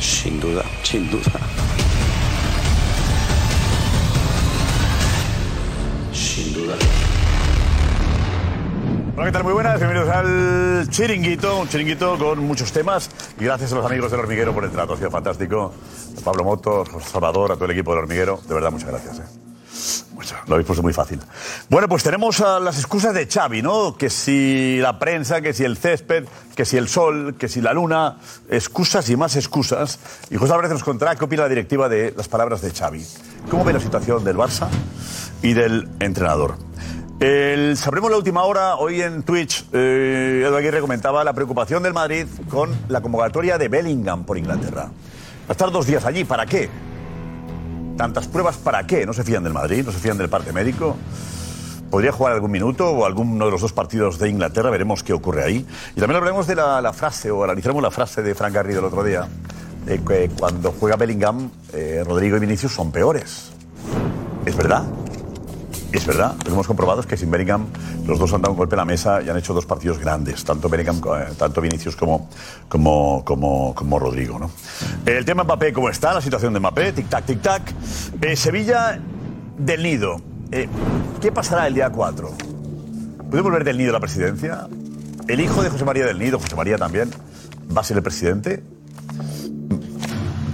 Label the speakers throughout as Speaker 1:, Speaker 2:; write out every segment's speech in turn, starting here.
Speaker 1: Sin duda, sin duda. Sin duda.
Speaker 2: Hola, ¿qué tal? Muy buenas, bienvenidos al Chiringuito, un chiringuito con muchos temas y gracias a los amigos del Hormiguero por el trato, ha sido fantástico. A Pablo Motos, a Salvador, a todo el equipo del Hormiguero, de verdad, muchas gracias. ¿eh? Muchas, lo habéis puesto muy fácil. Bueno, pues tenemos a las excusas de Xavi, ¿no? Que si la prensa, que si el césped, que si el sol, que si la luna, excusas y más excusas. Y José Álvarez nos contará qué opina la directiva de las palabras de Xavi. ¿Cómo ve la situación del Barça y del entrenador? El- sabremos la última hora, hoy en Twitch, eh, Edu Aguirre comentaba la preocupación del Madrid con la convocatoria de Bellingham por Inglaterra. Va a estar dos días allí, ¿para qué? Tantas pruebas, ¿para qué? No se fían del Madrid, no se fían del parte médico. Podría jugar algún minuto o alguno de los dos partidos de Inglaterra, veremos qué ocurre ahí. Y también hablaremos de la, la frase, o analizaremos la frase de Frank Garrido el otro día, de que cuando juega Bellingham, eh, Rodrigo y Vinicius son peores. ¿Es verdad? Y Es verdad, lo que hemos comprobado es que sin Bellingham los dos han dado un golpe en la mesa y han hecho dos partidos grandes, tanto Bellingham, co- eh, tanto Vinicius como, como, como, como Rodrigo. ¿no? El tema Mbappé, ¿cómo está? La situación de Mbappé, tic-tac, tic-tac. Eh, Sevilla del Nido. Eh, ¿Qué pasará el día 4? ¿Puede volver del Nido a la presidencia? ¿El hijo de José María del Nido, José María también, va a ser el presidente?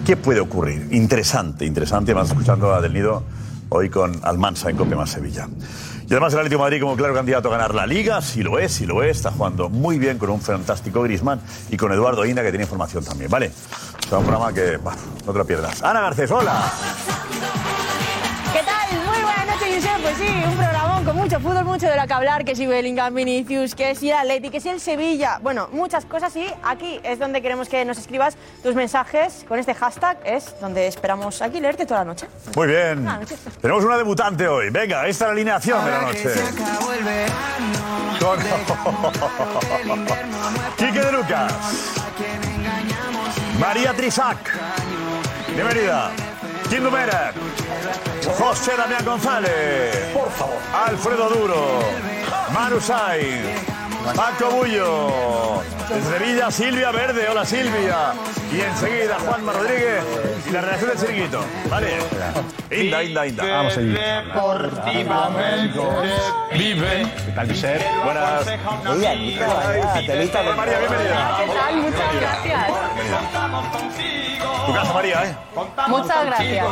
Speaker 2: ¿Qué puede ocurrir? Interesante, interesante. Más escuchando a Del Nido hoy con Almansa en Cope más Sevilla. Y además el Atlético de Madrid como claro candidato a ganar la Liga, si lo es, si lo es, está jugando muy bien con un fantástico Griezmann y con Eduardo Ina que tiene información también, ¿vale? Será un programa que, bah, no te lo pierdas. Ana Garcés, hola.
Speaker 3: ¿Qué tal? Muy buenas noches, Josep. Pues sí, un programón con mucho fútbol, mucho de lo que hablar, que si Bellingham, Vinicius, que si el Atleti, que si el Sevilla. Bueno, muchas cosas y aquí es donde queremos que nos escribas tus mensajes con este hashtag. Es donde esperamos aquí leerte toda la noche.
Speaker 2: Muy bien.
Speaker 3: Buenas noches.
Speaker 2: Tenemos una debutante hoy. Venga, esta es la alineación de la noche. Con... Quique de Lucas. María Trisac. Bienvenida. Kim Lumera. José Damián González. Por favor. Alfredo Duro. Manu Sainz. Paco Bullo. Desde Villa Silvia Verde. Hola Silvia. Y enseguida Juanma Rodríguez y la relación del chiringuito. Vale. Inda, inda, inda. Vamos a ir.
Speaker 4: Vive.
Speaker 2: ¿Qué tal, Josep? Buenas. María, bienvenida.
Speaker 3: ¿Qué tal? Muchas gracias.
Speaker 2: Tu casa, María, ¿eh?
Speaker 3: Muchas gracias.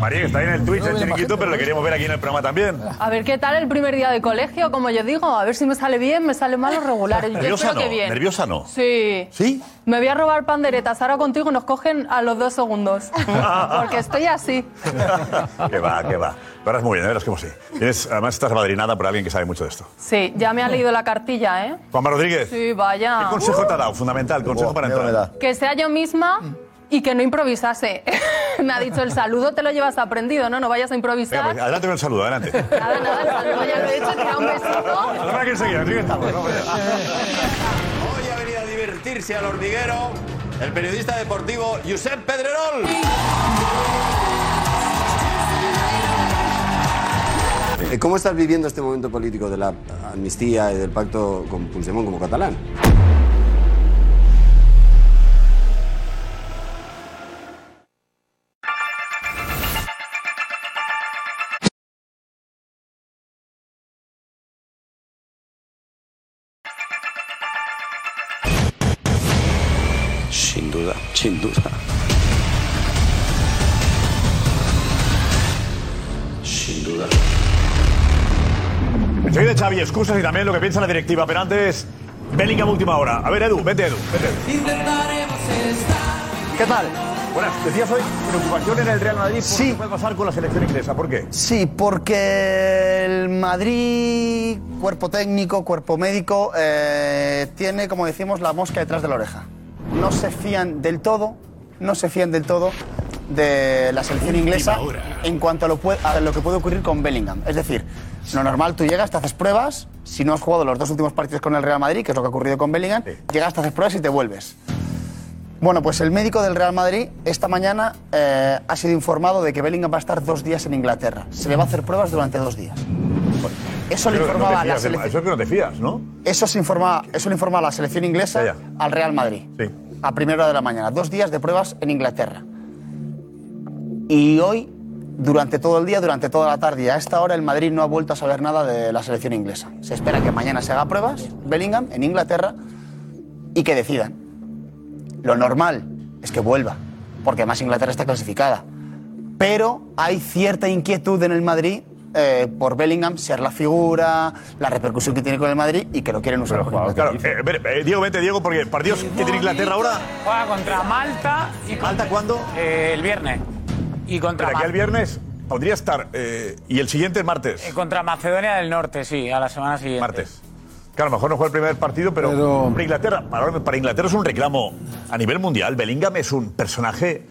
Speaker 2: María que está ahí en el Twitch, el chiringuito, pero la queríamos ver aquí en el programa también.
Speaker 5: A ver qué tal el primer día de colegio, como yo digo, a ver si me sale bien, me sale mal o regular. Yo
Speaker 2: Nerviosa no,
Speaker 5: espero que bien.
Speaker 2: nerviosa no.
Speaker 5: Sí.
Speaker 2: ¿Sí?
Speaker 5: Me voy a robar panderetas ahora contigo y nos cogen a los dos segundos. Porque estoy así.
Speaker 2: que va, que va. Lo harás muy bien, de verás como sí. Tienes- además estás madrinada por alguien que sabe mucho de esto.
Speaker 5: Sí, ya me ha leído la cartilla, ¿eh?
Speaker 2: Juanma Rodríguez,
Speaker 5: Sí,
Speaker 2: ¿qué
Speaker 5: vaya.
Speaker 2: consejo te ha dado? Fundamental, consejo para entrar.
Speaker 5: Que sea yo misma y que no improvisase. me ha dicho, el saludo te lo llevas aprendido, ¿no? No vayas a
Speaker 2: Venga, pues,
Speaker 5: improvisar.
Speaker 2: adelante con el saludo, adelante.
Speaker 5: Nada, nada, el saludo ya lo he hecho, te da un besito.
Speaker 2: Ahora para que enseguida, enseguida estamos. vamos allá.
Speaker 6: Hoy ha venido a divertirse al hormiguero el periodista deportivo Josep Pedrerol.
Speaker 7: Eh, ¿Cómo estás viviendo este momento político de la amnistía y del pacto con Puigdemont como catalán?
Speaker 1: Sin duda, sin duda. Sin duda.
Speaker 2: Enseguida Xavi, excusas y también lo que piensa la directiva, pero antes, Bellingham última hora. A ver, Edu, vete, Edu, vete. ¿Qué tal? Buenas, decías hoy preocupación en el Real Madrid por lo que puede pasar con la selección inglesa. ¿Por qué?
Speaker 4: Sí, porque el Madrid, cuerpo técnico, cuerpo médico, eh, tiene, como decimos, la mosca detrás de la oreja. No se fían del todo, no se fían del todo de la selección inglesa en cuanto a lo, pue- a lo que puede ocurrir con Bellingham. Es decir, lo normal, tú llegas, te haces pruebas, si no has jugado los dos últimos partidos con el Real Madrid, que es lo que ha ocurrido con Bellingham, llegas, te haces pruebas y te vuelves. Bueno, pues el médico del Real Madrid esta mañana eh, ha sido informado de que Bellingham va a estar dos días en Inglaterra. Se le va a hacer pruebas durante dos días. Eso le
Speaker 2: Creo que no te
Speaker 4: informaba la
Speaker 2: fías del-
Speaker 4: selección.
Speaker 2: Eso es que no te fías, ¿no?
Speaker 4: Eso se informa, eso le informa a la selección inglesa
Speaker 2: Ya, ya.
Speaker 4: al Real Madrid.
Speaker 2: Sí.
Speaker 4: A primera hora de la mañana. Dos días de pruebas en Inglaterra. Y hoy, durante todo el día, durante toda la tarde y a esta hora, el Madrid no ha vuelto a saber nada de la selección inglesa. Se espera que mañana se haga pruebas, Bellingham, en Inglaterra, y que decidan. Lo normal es que vuelva, porque además Inglaterra está clasificada. Pero hay cierta inquietud en el Madrid eh, por Bellingham ser la figura, la repercusión que tiene con el Madrid y que lo quieren usar. por Inglaterra.
Speaker 2: Claro, eh, ver, eh, Diego, vete, Diego, porque partidos que tiene Inglaterra ahora.
Speaker 8: Juega contra Malta y
Speaker 2: ¿Malta cuándo?
Speaker 8: eh, el viernes. Y
Speaker 2: De
Speaker 8: contra,
Speaker 2: aquí
Speaker 8: Ma-
Speaker 2: al viernes podría estar. eh, y el siguiente es martes.
Speaker 8: eh, contra Macedonia del Norte, sí, a la semana siguiente.
Speaker 2: Martes. Claro, a lo mejor no juega el primer partido, pero,
Speaker 9: Pero-
Speaker 2: para Inglaterra, para, para Inglaterra es un reclamo a nivel mundial. Bellingham es un personaje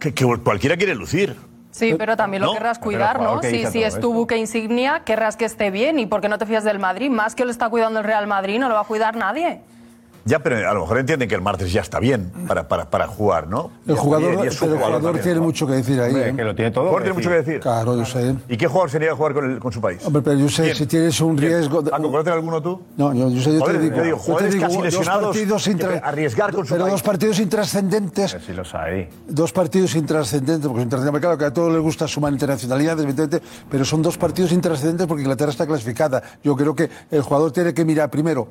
Speaker 2: que, que cualquiera quiere lucir.
Speaker 9: Eh,
Speaker 5: Sí, pero también lo
Speaker 2: No,
Speaker 5: querrás
Speaker 2: pero
Speaker 5: cuidar,
Speaker 9: Juan,
Speaker 5: ¿no?
Speaker 9: ¿qué
Speaker 5: Si,
Speaker 9: dice
Speaker 5: si
Speaker 9: todo
Speaker 5: es tu
Speaker 9: esto?
Speaker 5: buque insignia, querrás que esté bien. ¿Y por qué no te fías del Madrid? Más que lo está cuidando el Real Madrid, no lo va a cuidar nadie.
Speaker 2: Ya, pero a lo mejor entienden que el martes ya está bien para, para, para jugar, ¿no?
Speaker 9: El jugador,
Speaker 2: Y
Speaker 9: pero
Speaker 2: es
Speaker 9: el
Speaker 2: un
Speaker 9: jugador
Speaker 2: también,
Speaker 9: tiene
Speaker 2: ¿no?
Speaker 9: mucho que decir ahí. ¿eh?
Speaker 10: Hombre, que lo tiene todo.
Speaker 2: Jugador tiene mucho que decir.
Speaker 9: Claro, yo sé. ¿eh?
Speaker 2: ¿Y qué jugador sería jugar con, el- con su país?
Speaker 9: Hombre, pero yo sé,
Speaker 2: Bien.
Speaker 9: si tienes un
Speaker 2: Bien.
Speaker 9: riesgo. de-
Speaker 2: Paco, ¿conoces alguno tú?
Speaker 9: No, yo, yo sé, yo
Speaker 2: Joder,
Speaker 9: te digo,
Speaker 2: yo digo,
Speaker 9: yo te
Speaker 2: jugadores
Speaker 9: digo
Speaker 2: casi
Speaker 9: dos
Speaker 2: lesionados
Speaker 9: partidos
Speaker 2: que
Speaker 9: intra-
Speaker 2: arriesgar con su
Speaker 9: pero
Speaker 2: país.
Speaker 9: dos partidos intrascendentes,
Speaker 10: Pero sí los hay.
Speaker 9: dos partidos intrascendentes, porque intrascendente, claro que a todos les gusta sumar internacionalidad, evidentemente, pero son dos partidos intrascendentes porque Inglaterra está clasificada. Yo creo que el jugador tiene que mirar primero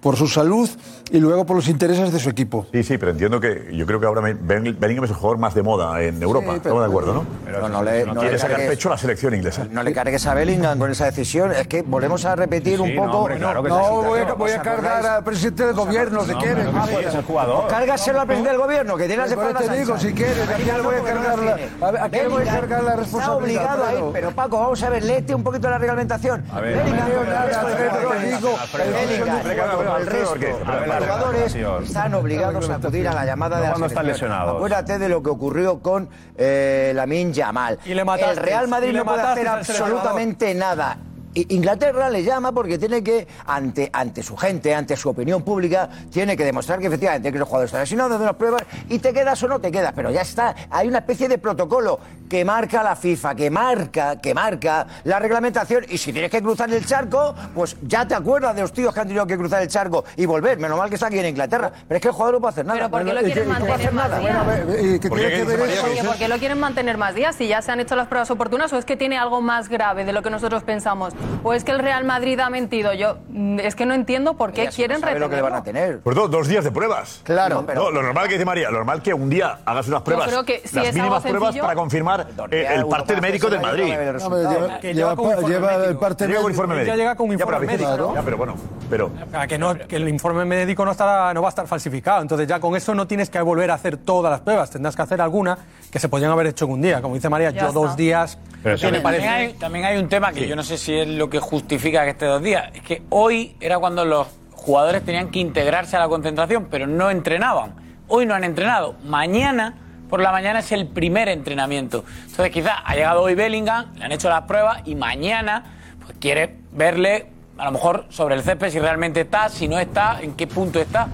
Speaker 9: por su salud y luego por los intereses de su equipo.
Speaker 2: Sí, sí, pero entiendo que yo creo que ahora Ben- Bellingham es el jugador más de moda en Europa.
Speaker 4: pero-
Speaker 2: Estamos de acuerdo, ¿no?
Speaker 11: No, no le, no le
Speaker 2: Quiere sacar
Speaker 11: cargues-
Speaker 2: pecho a la selección inglesa.
Speaker 11: no le cargues a Bellingham con esa decisión. Es que volvemos a repetir un
Speaker 10: Sí,
Speaker 11: poco.
Speaker 10: no, hombre, claro que sí.
Speaker 9: No, voy a,
Speaker 11: ¿Os
Speaker 9: voy a
Speaker 11: acordáis?
Speaker 9: cargar al presidente del gobierno, si quieres.
Speaker 10: Claro que sí, es el jugador.
Speaker 11: Pues Cárgaselo al presidente del gobierno, que tiene las
Speaker 9: Pero
Speaker 11: espaldas
Speaker 9: te digo,
Speaker 11: anchas.
Speaker 9: si quieres, aquí le voy a
Speaker 11: Bellingham
Speaker 9: cargar la-
Speaker 11: tiene.
Speaker 9: a ver, aquí le voy a
Speaker 11: Bellingham
Speaker 9: cargar la responsabilidad,
Speaker 11: Está obligado
Speaker 9: claro.
Speaker 11: ahí, pero Paco, vamos a ver, léete un poquito la reglamentación.
Speaker 10: A ver,
Speaker 11: Bellingham,
Speaker 10: no leo
Speaker 11: con el
Speaker 10: nada,
Speaker 11: resto de
Speaker 10: Alfredo, te
Speaker 11: jugadores,
Speaker 10: digo,
Speaker 11: Bellingham,
Speaker 2: Alfredo,
Speaker 11: como el
Speaker 2: Alfredo,
Speaker 11: resto,
Speaker 2: porque-
Speaker 10: a ver, la
Speaker 11: los jugadores
Speaker 10: reglamentación.
Speaker 11: están obligados a acudir a la llamada de la
Speaker 10: Cuando están
Speaker 11: selección.
Speaker 10: lesionados.
Speaker 11: Acuérdate de lo que ocurrió con eh, Lamin Yamal.
Speaker 8: Y le mataste,
Speaker 11: el Real
Speaker 8: y
Speaker 11: Madrid
Speaker 8: le
Speaker 11: no puede
Speaker 8: mataste
Speaker 11: hacer
Speaker 8: al seleccionador.
Speaker 11: absolutamente nada. I- Inglaterra le llama porque tiene que, ante, ante su gente, ante su opinión pública, tiene que demostrar que efectivamente que los jugadores están lesionados de las pruebas y te quedas o no te quedas. Pero ya está, hay una especie de protocolo que marca la FIFA, que marca, que marca la reglamentación y si tienes que cruzar el charco, pues ya te acuerdas de los tíos que han tenido que cruzar el charco y volver. Menos mal que está aquí en Inglaterra. Pero es que el jugador no puede hacer nada.
Speaker 5: Pero ¿por qué lo
Speaker 9: ¿y qué- y
Speaker 5: quieren
Speaker 9: qué va a
Speaker 5: mantener
Speaker 9: hacer
Speaker 5: más
Speaker 9: Bueno, a
Speaker 5: días?
Speaker 9: ver, ¿y qué
Speaker 2: ¿Por
Speaker 9: tiene
Speaker 2: qué?
Speaker 9: que
Speaker 2: ¿Qué dice
Speaker 9: ver
Speaker 2: María?
Speaker 9: eso?
Speaker 5: Oye, ¿por qué lo quieren mantener más días si ya se han hecho las pruebas oportunas o es que tiene algo más grave de lo que nosotros pensamos? ¿O es que el Real Madrid ha mentido? Yo mm, es que no entiendo por qué
Speaker 11: Ella sí
Speaker 5: quieren
Speaker 11: no sabe lo que le van a
Speaker 5: retenerlo.
Speaker 11: tener.
Speaker 2: Pues dos, dos días de pruebas.
Speaker 11: Claro.
Speaker 2: No, lo normal que dice María, lo normal que un día hagas unas pruebas,
Speaker 5: creo que si
Speaker 2: las
Speaker 5: es algo
Speaker 2: mínimas pruebas
Speaker 5: sencillo-
Speaker 2: para confirmar eh, el parte médico del Madrid.
Speaker 9: No, pero lleva-
Speaker 8: Que
Speaker 9: lleva
Speaker 8: lleva como
Speaker 9: pa-
Speaker 8: informe
Speaker 9: lleva el
Speaker 8: médico.
Speaker 9: parte
Speaker 2: Llega un
Speaker 9: médico.
Speaker 2: informe
Speaker 8: Ya
Speaker 2: médico.
Speaker 8: llega con un
Speaker 2: pero
Speaker 8: informe
Speaker 2: fíjate,
Speaker 8: médico, ¿no?
Speaker 2: Ya, pero bueno, pero
Speaker 8: Ah, Que, no, que el informe médico no, estará, no va a estar falsificado. Entonces, ya con eso no tienes que volver a hacer todas las pruebas. Tendrás que hacer alguna que se podrían haber hecho en un día. Como dice María,
Speaker 5: Ya
Speaker 8: yo
Speaker 5: está.
Speaker 8: dos días.
Speaker 10: Pero
Speaker 8: ¿Qué
Speaker 10: eso-
Speaker 8: le parece? También, hay, también hay un tema que yo no sé si es lo que justifica que esté dos días. Es que hoy era cuando los jugadores tenían que integrarse a la concentración, pero no entrenaban. Hoy no han entrenado. Mañana por la mañana es el primer entrenamiento. Entonces quizás ha llegado hoy Bellingham, le han hecho las pruebas y mañana pues, quiere verle a lo mejor sobre el césped si realmente está, si no está, en qué punto está.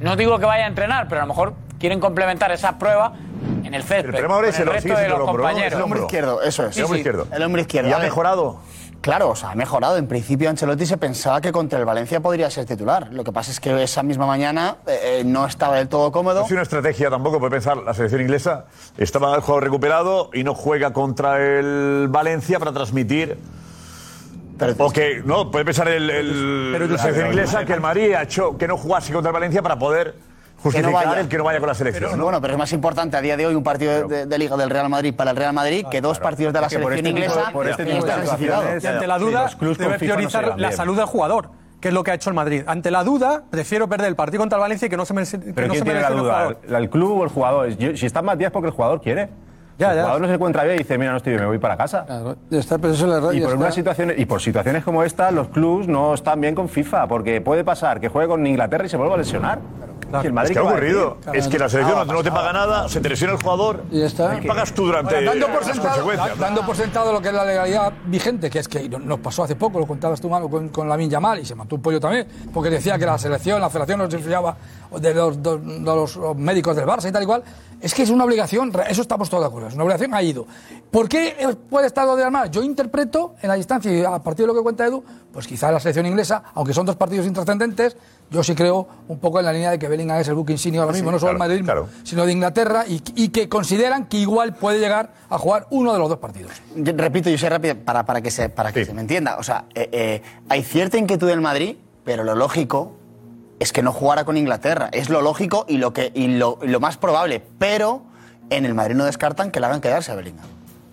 Speaker 8: No digo que vaya a entrenar, pero a lo mejor quieren complementar esas pruebas en el césped.
Speaker 2: El problema ahora
Speaker 8: con
Speaker 2: es el- sigue
Speaker 8: resto de
Speaker 2: siendo
Speaker 8: los
Speaker 2: el hombro, ¿no?
Speaker 8: compañeros.
Speaker 2: Es el
Speaker 4: El hombre izquierdo, eso es.
Speaker 2: el hombre izquierdo.
Speaker 4: El hombre izquierdo.
Speaker 2: ¿Y ha
Speaker 4: A ver,
Speaker 2: mejorado?
Speaker 4: Claro, o sea, ha mejorado. En principio Ancelotti se pensaba que contra el Valencia podría ser titular. Lo que pasa es que esa misma mañana eh, eh, no estaba del todo
Speaker 2: No
Speaker 4: cómodo.
Speaker 2: es una estrategia tampoco, puede pensar, la selección inglesa estaba el jugador recuperado y no juega contra el Valencia para transmitir. o que, no, puede pensar el, el- la selección inglesa que el Madrid ha hecho que no jugase contra el Valencia para poder justificar
Speaker 4: no vaya.
Speaker 2: el que no vaya con la selección.
Speaker 4: Pero,
Speaker 2: ¿no?
Speaker 4: Bueno, pero es más importante a día de hoy un partido de- de, de Liga del Real Madrid para el Real Madrid que dos partidos de la
Speaker 10: Es que por
Speaker 4: selección
Speaker 10: este tipo-
Speaker 4: inglesa.
Speaker 10: por este
Speaker 4: y
Speaker 10: tipo de
Speaker 4: estar clasificado.
Speaker 10: situaciones, eh, Y ante la duda, debe priorizar la salud del jugador, que es lo que ha hecho el Madrid. Ante la duda, prefiero perder el partido contra el Valencia y que no se me que
Speaker 12: Pero
Speaker 10: no se
Speaker 12: ¿quién tiene la
Speaker 10: merece el
Speaker 12: duda?
Speaker 10: jugador.
Speaker 12: ¿El, el club o el jugador? Yo- si está Matías porque el jugador quiere. el jugador no se encuentra bien y dice, mira, no estoy bien, me voy para casa.
Speaker 9: Ya está, pero eso es la
Speaker 12: Y
Speaker 9: raya.
Speaker 12: por, unas situaciones, y por situaciones como esta, los clubs no están bien con FIFA, porque puede pasar que juegue con Inglaterra y se vuelva a lesionar. Si el Madrid, Ah,
Speaker 2: es que ha
Speaker 12: ¿qué va a
Speaker 2: ocurrido.
Speaker 12: decir?
Speaker 2: Es que la selección no, no te paga nada, se te lesiona el jugador
Speaker 13: Y ya está.
Speaker 2: y pagas tú durante
Speaker 13: Ahora, dando, por
Speaker 2: las
Speaker 13: sentado,
Speaker 2: consecuencias.
Speaker 13: da- dando por sentado lo que es la legalidad vigente, que es que no- nos pasó hace poco, lo contabas tú Manu, con, con Lamin Yamal y se mató un pollo también, porque decía que la selección, la federación nos influyaba de los, de los médicos del Barça y tal y cual. Es que es una obligación, re- eso estamos todos de acuerdo, es una obligación ha ido. ¿Por qué puede estar de más? Yo interpreto en la distancia y a partir de lo que cuenta Edu, pues quizá la selección inglesa, aunque son dos partidos intrascendentes, yo sí creo un poco en la línea de que Bellingham es el buque insignia ahora
Speaker 2: Sí,
Speaker 13: mismo, no solo el
Speaker 2: claro,
Speaker 13: Madrid, sino de Inglaterra, y, y que consideran que igual puede llegar a jugar uno de los dos partidos.
Speaker 4: Yo- repito, yo sé rápido para, para que, se, para que se me entienda. O sea, eh, eh, hay cierta inquietud en Madrid, pero lo lógico es que no jugara con Inglaterra. Es lo lógico y lo, que, y lo, y lo más probable. Pero en el Madrid no descartan que le hagan quedarse a Bellingham.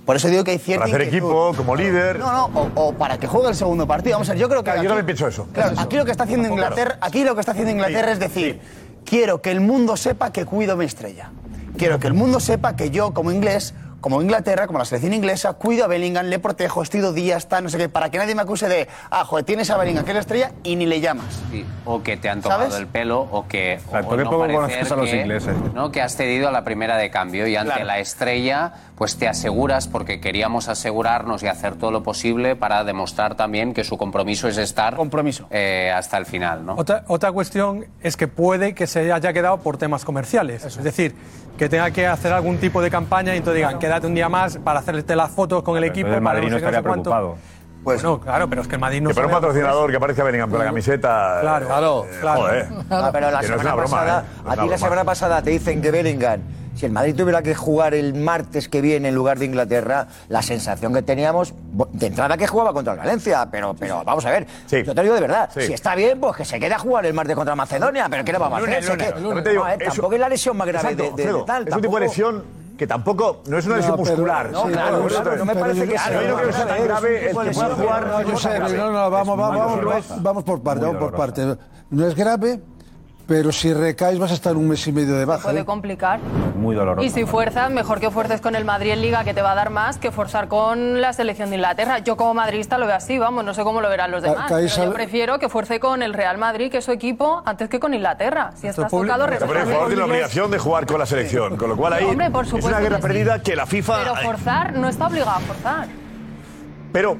Speaker 4: Por eso digo que hay cierta
Speaker 2: Para hacer
Speaker 4: inquietud.
Speaker 2: equipo, como líder.
Speaker 4: No, no, o, o para que juegue el segundo partido. Vamos a ver, yo creo que.
Speaker 2: Claro, yo
Speaker 4: aquí-
Speaker 2: también pienso eso.
Speaker 4: Claro, aquí lo que está haciendo
Speaker 2: Tampoco, claro.
Speaker 4: Inglaterra, aquí lo que está haciendo Inglaterra es decir, quiero que el mundo sepa que cuido mi estrella. Quiero que el mundo sepa que yo, como inglés, como Inglaterra, como la selección inglesa, cuido a Bellingham, le protejo, estoy dos días, tal, no sé qué, para que nadie me acuse de, ah, joder, tienes a Bellingham, que es la estrella, y ni le llamas.
Speaker 14: o que te han tomado
Speaker 4: ¿Sabes?
Speaker 14: el pelo o que o
Speaker 12: ¿por qué poco
Speaker 14: parecer
Speaker 12: conoces a los
Speaker 14: que,
Speaker 12: ingleses?
Speaker 14: ¿no? que has cedido a la primera de cambio y ante la estrella pues te aseguras porque queríamos asegurarnos y hacer todo lo posible para demostrar también que su compromiso es estar eh,
Speaker 4: compromiso
Speaker 14: hasta el final, ¿no?
Speaker 10: Otra, otra cuestión es que puede que se haya quedado por temas comerciales. Es decir, que tenga que hacer algún tipo de campaña y entonces digan, quédate un día más para hacerte las fotos con el equipo.
Speaker 12: entonces el
Speaker 10: para
Speaker 12: Madrid
Speaker 10: sé
Speaker 12: no
Speaker 10: qué, sé
Speaker 12: estaría
Speaker 10: cuánto.
Speaker 12: preocupado.
Speaker 10: Pues no, claro, pero es que el Madrid no
Speaker 2: que para un
Speaker 10: sabe-
Speaker 2: patrocinador que aparezca Bellingham con la camiseta.
Speaker 10: Claro,
Speaker 2: eh,
Speaker 10: claro,
Speaker 2: eh,
Speaker 10: claro.
Speaker 2: Joder.
Speaker 11: Ah, pero la
Speaker 2: Que no es
Speaker 11: semana
Speaker 2: una broma,
Speaker 11: pasada,
Speaker 2: ¿eh? No es
Speaker 11: a
Speaker 2: una
Speaker 11: ti la
Speaker 2: broma.
Speaker 11: semana pasada te dicen que Bellingham, si el Madrid tuviera que jugar el martes que viene en lugar de Inglaterra, la sensación que teníamos, bo- de entrada que jugaba contra el Valencia, pero, pero vamos a ver, yo te digo de verdad,
Speaker 4: Sí.
Speaker 11: si está bien, pues que se quede a jugar el martes contra Macedonia, pero ¿qué le vamos a
Speaker 2: Lunes,
Speaker 11: hacer? Si es
Speaker 2: lunes.
Speaker 11: que-
Speaker 2: También te digo,
Speaker 11: no, eh,
Speaker 2: eso-
Speaker 11: tampoco es la lesión más grave
Speaker 2: Exacto,
Speaker 11: de- de, de
Speaker 2: Alfredo,
Speaker 11: tal.
Speaker 2: Es un tipo de
Speaker 11: tampoco-
Speaker 2: lesión que tampoco. No es una lesión
Speaker 11: No, pero-
Speaker 2: muscular.
Speaker 11: no, claro,
Speaker 2: Otra
Speaker 11: claro,
Speaker 2: vez.
Speaker 11: no me
Speaker 2: Pero
Speaker 11: parece
Speaker 2: yo-
Speaker 11: que sea
Speaker 2: yo creo que no
Speaker 11: grave,
Speaker 2: sea tan
Speaker 11: es
Speaker 2: grave
Speaker 11: un
Speaker 2: el que
Speaker 11: tipo de
Speaker 2: pueda
Speaker 11: lesión.
Speaker 2: jugar.
Speaker 11: No, yo
Speaker 2: es
Speaker 11: sé,
Speaker 2: una
Speaker 11: pero
Speaker 2: grave.
Speaker 9: No, no, vamos,
Speaker 2: Es
Speaker 9: vamos,
Speaker 2: muy
Speaker 9: vamos,
Speaker 2: doloroso.
Speaker 9: vamos, vamos por parte,
Speaker 2: Muy
Speaker 9: vamos por
Speaker 2: doloroso.
Speaker 9: parte. No es grave, pero si recaes vas a estar un mes y medio de baja.
Speaker 5: Puede
Speaker 9: ¿eh?
Speaker 5: complicar.
Speaker 12: Muy doloroso.
Speaker 5: Y si fuerzas, mejor que fuerces con el Madrid en Liga, que te va a dar más que forzar con la selección de Inglaterra. Yo como madridista lo veo así, vamos, no sé cómo lo verán los
Speaker 9: Ca-
Speaker 5: demás.
Speaker 9: caes
Speaker 5: pero
Speaker 9: al-
Speaker 5: yo prefiero que fuerce con el Real Madrid, que es su equipo, antes que con Inglaterra. Si estás
Speaker 2: Pero
Speaker 5: tocado,
Speaker 2: el
Speaker 5: respétame.
Speaker 2: jugador tiene la obligación de jugar con la selección, con lo cual ahí
Speaker 5: Hombre, por
Speaker 2: es
Speaker 5: supuesto
Speaker 2: una guerra
Speaker 5: que sí.
Speaker 2: perdida que la FIFA. eh,
Speaker 5: Pero forzar no está obligado a forzar,
Speaker 2: Pero,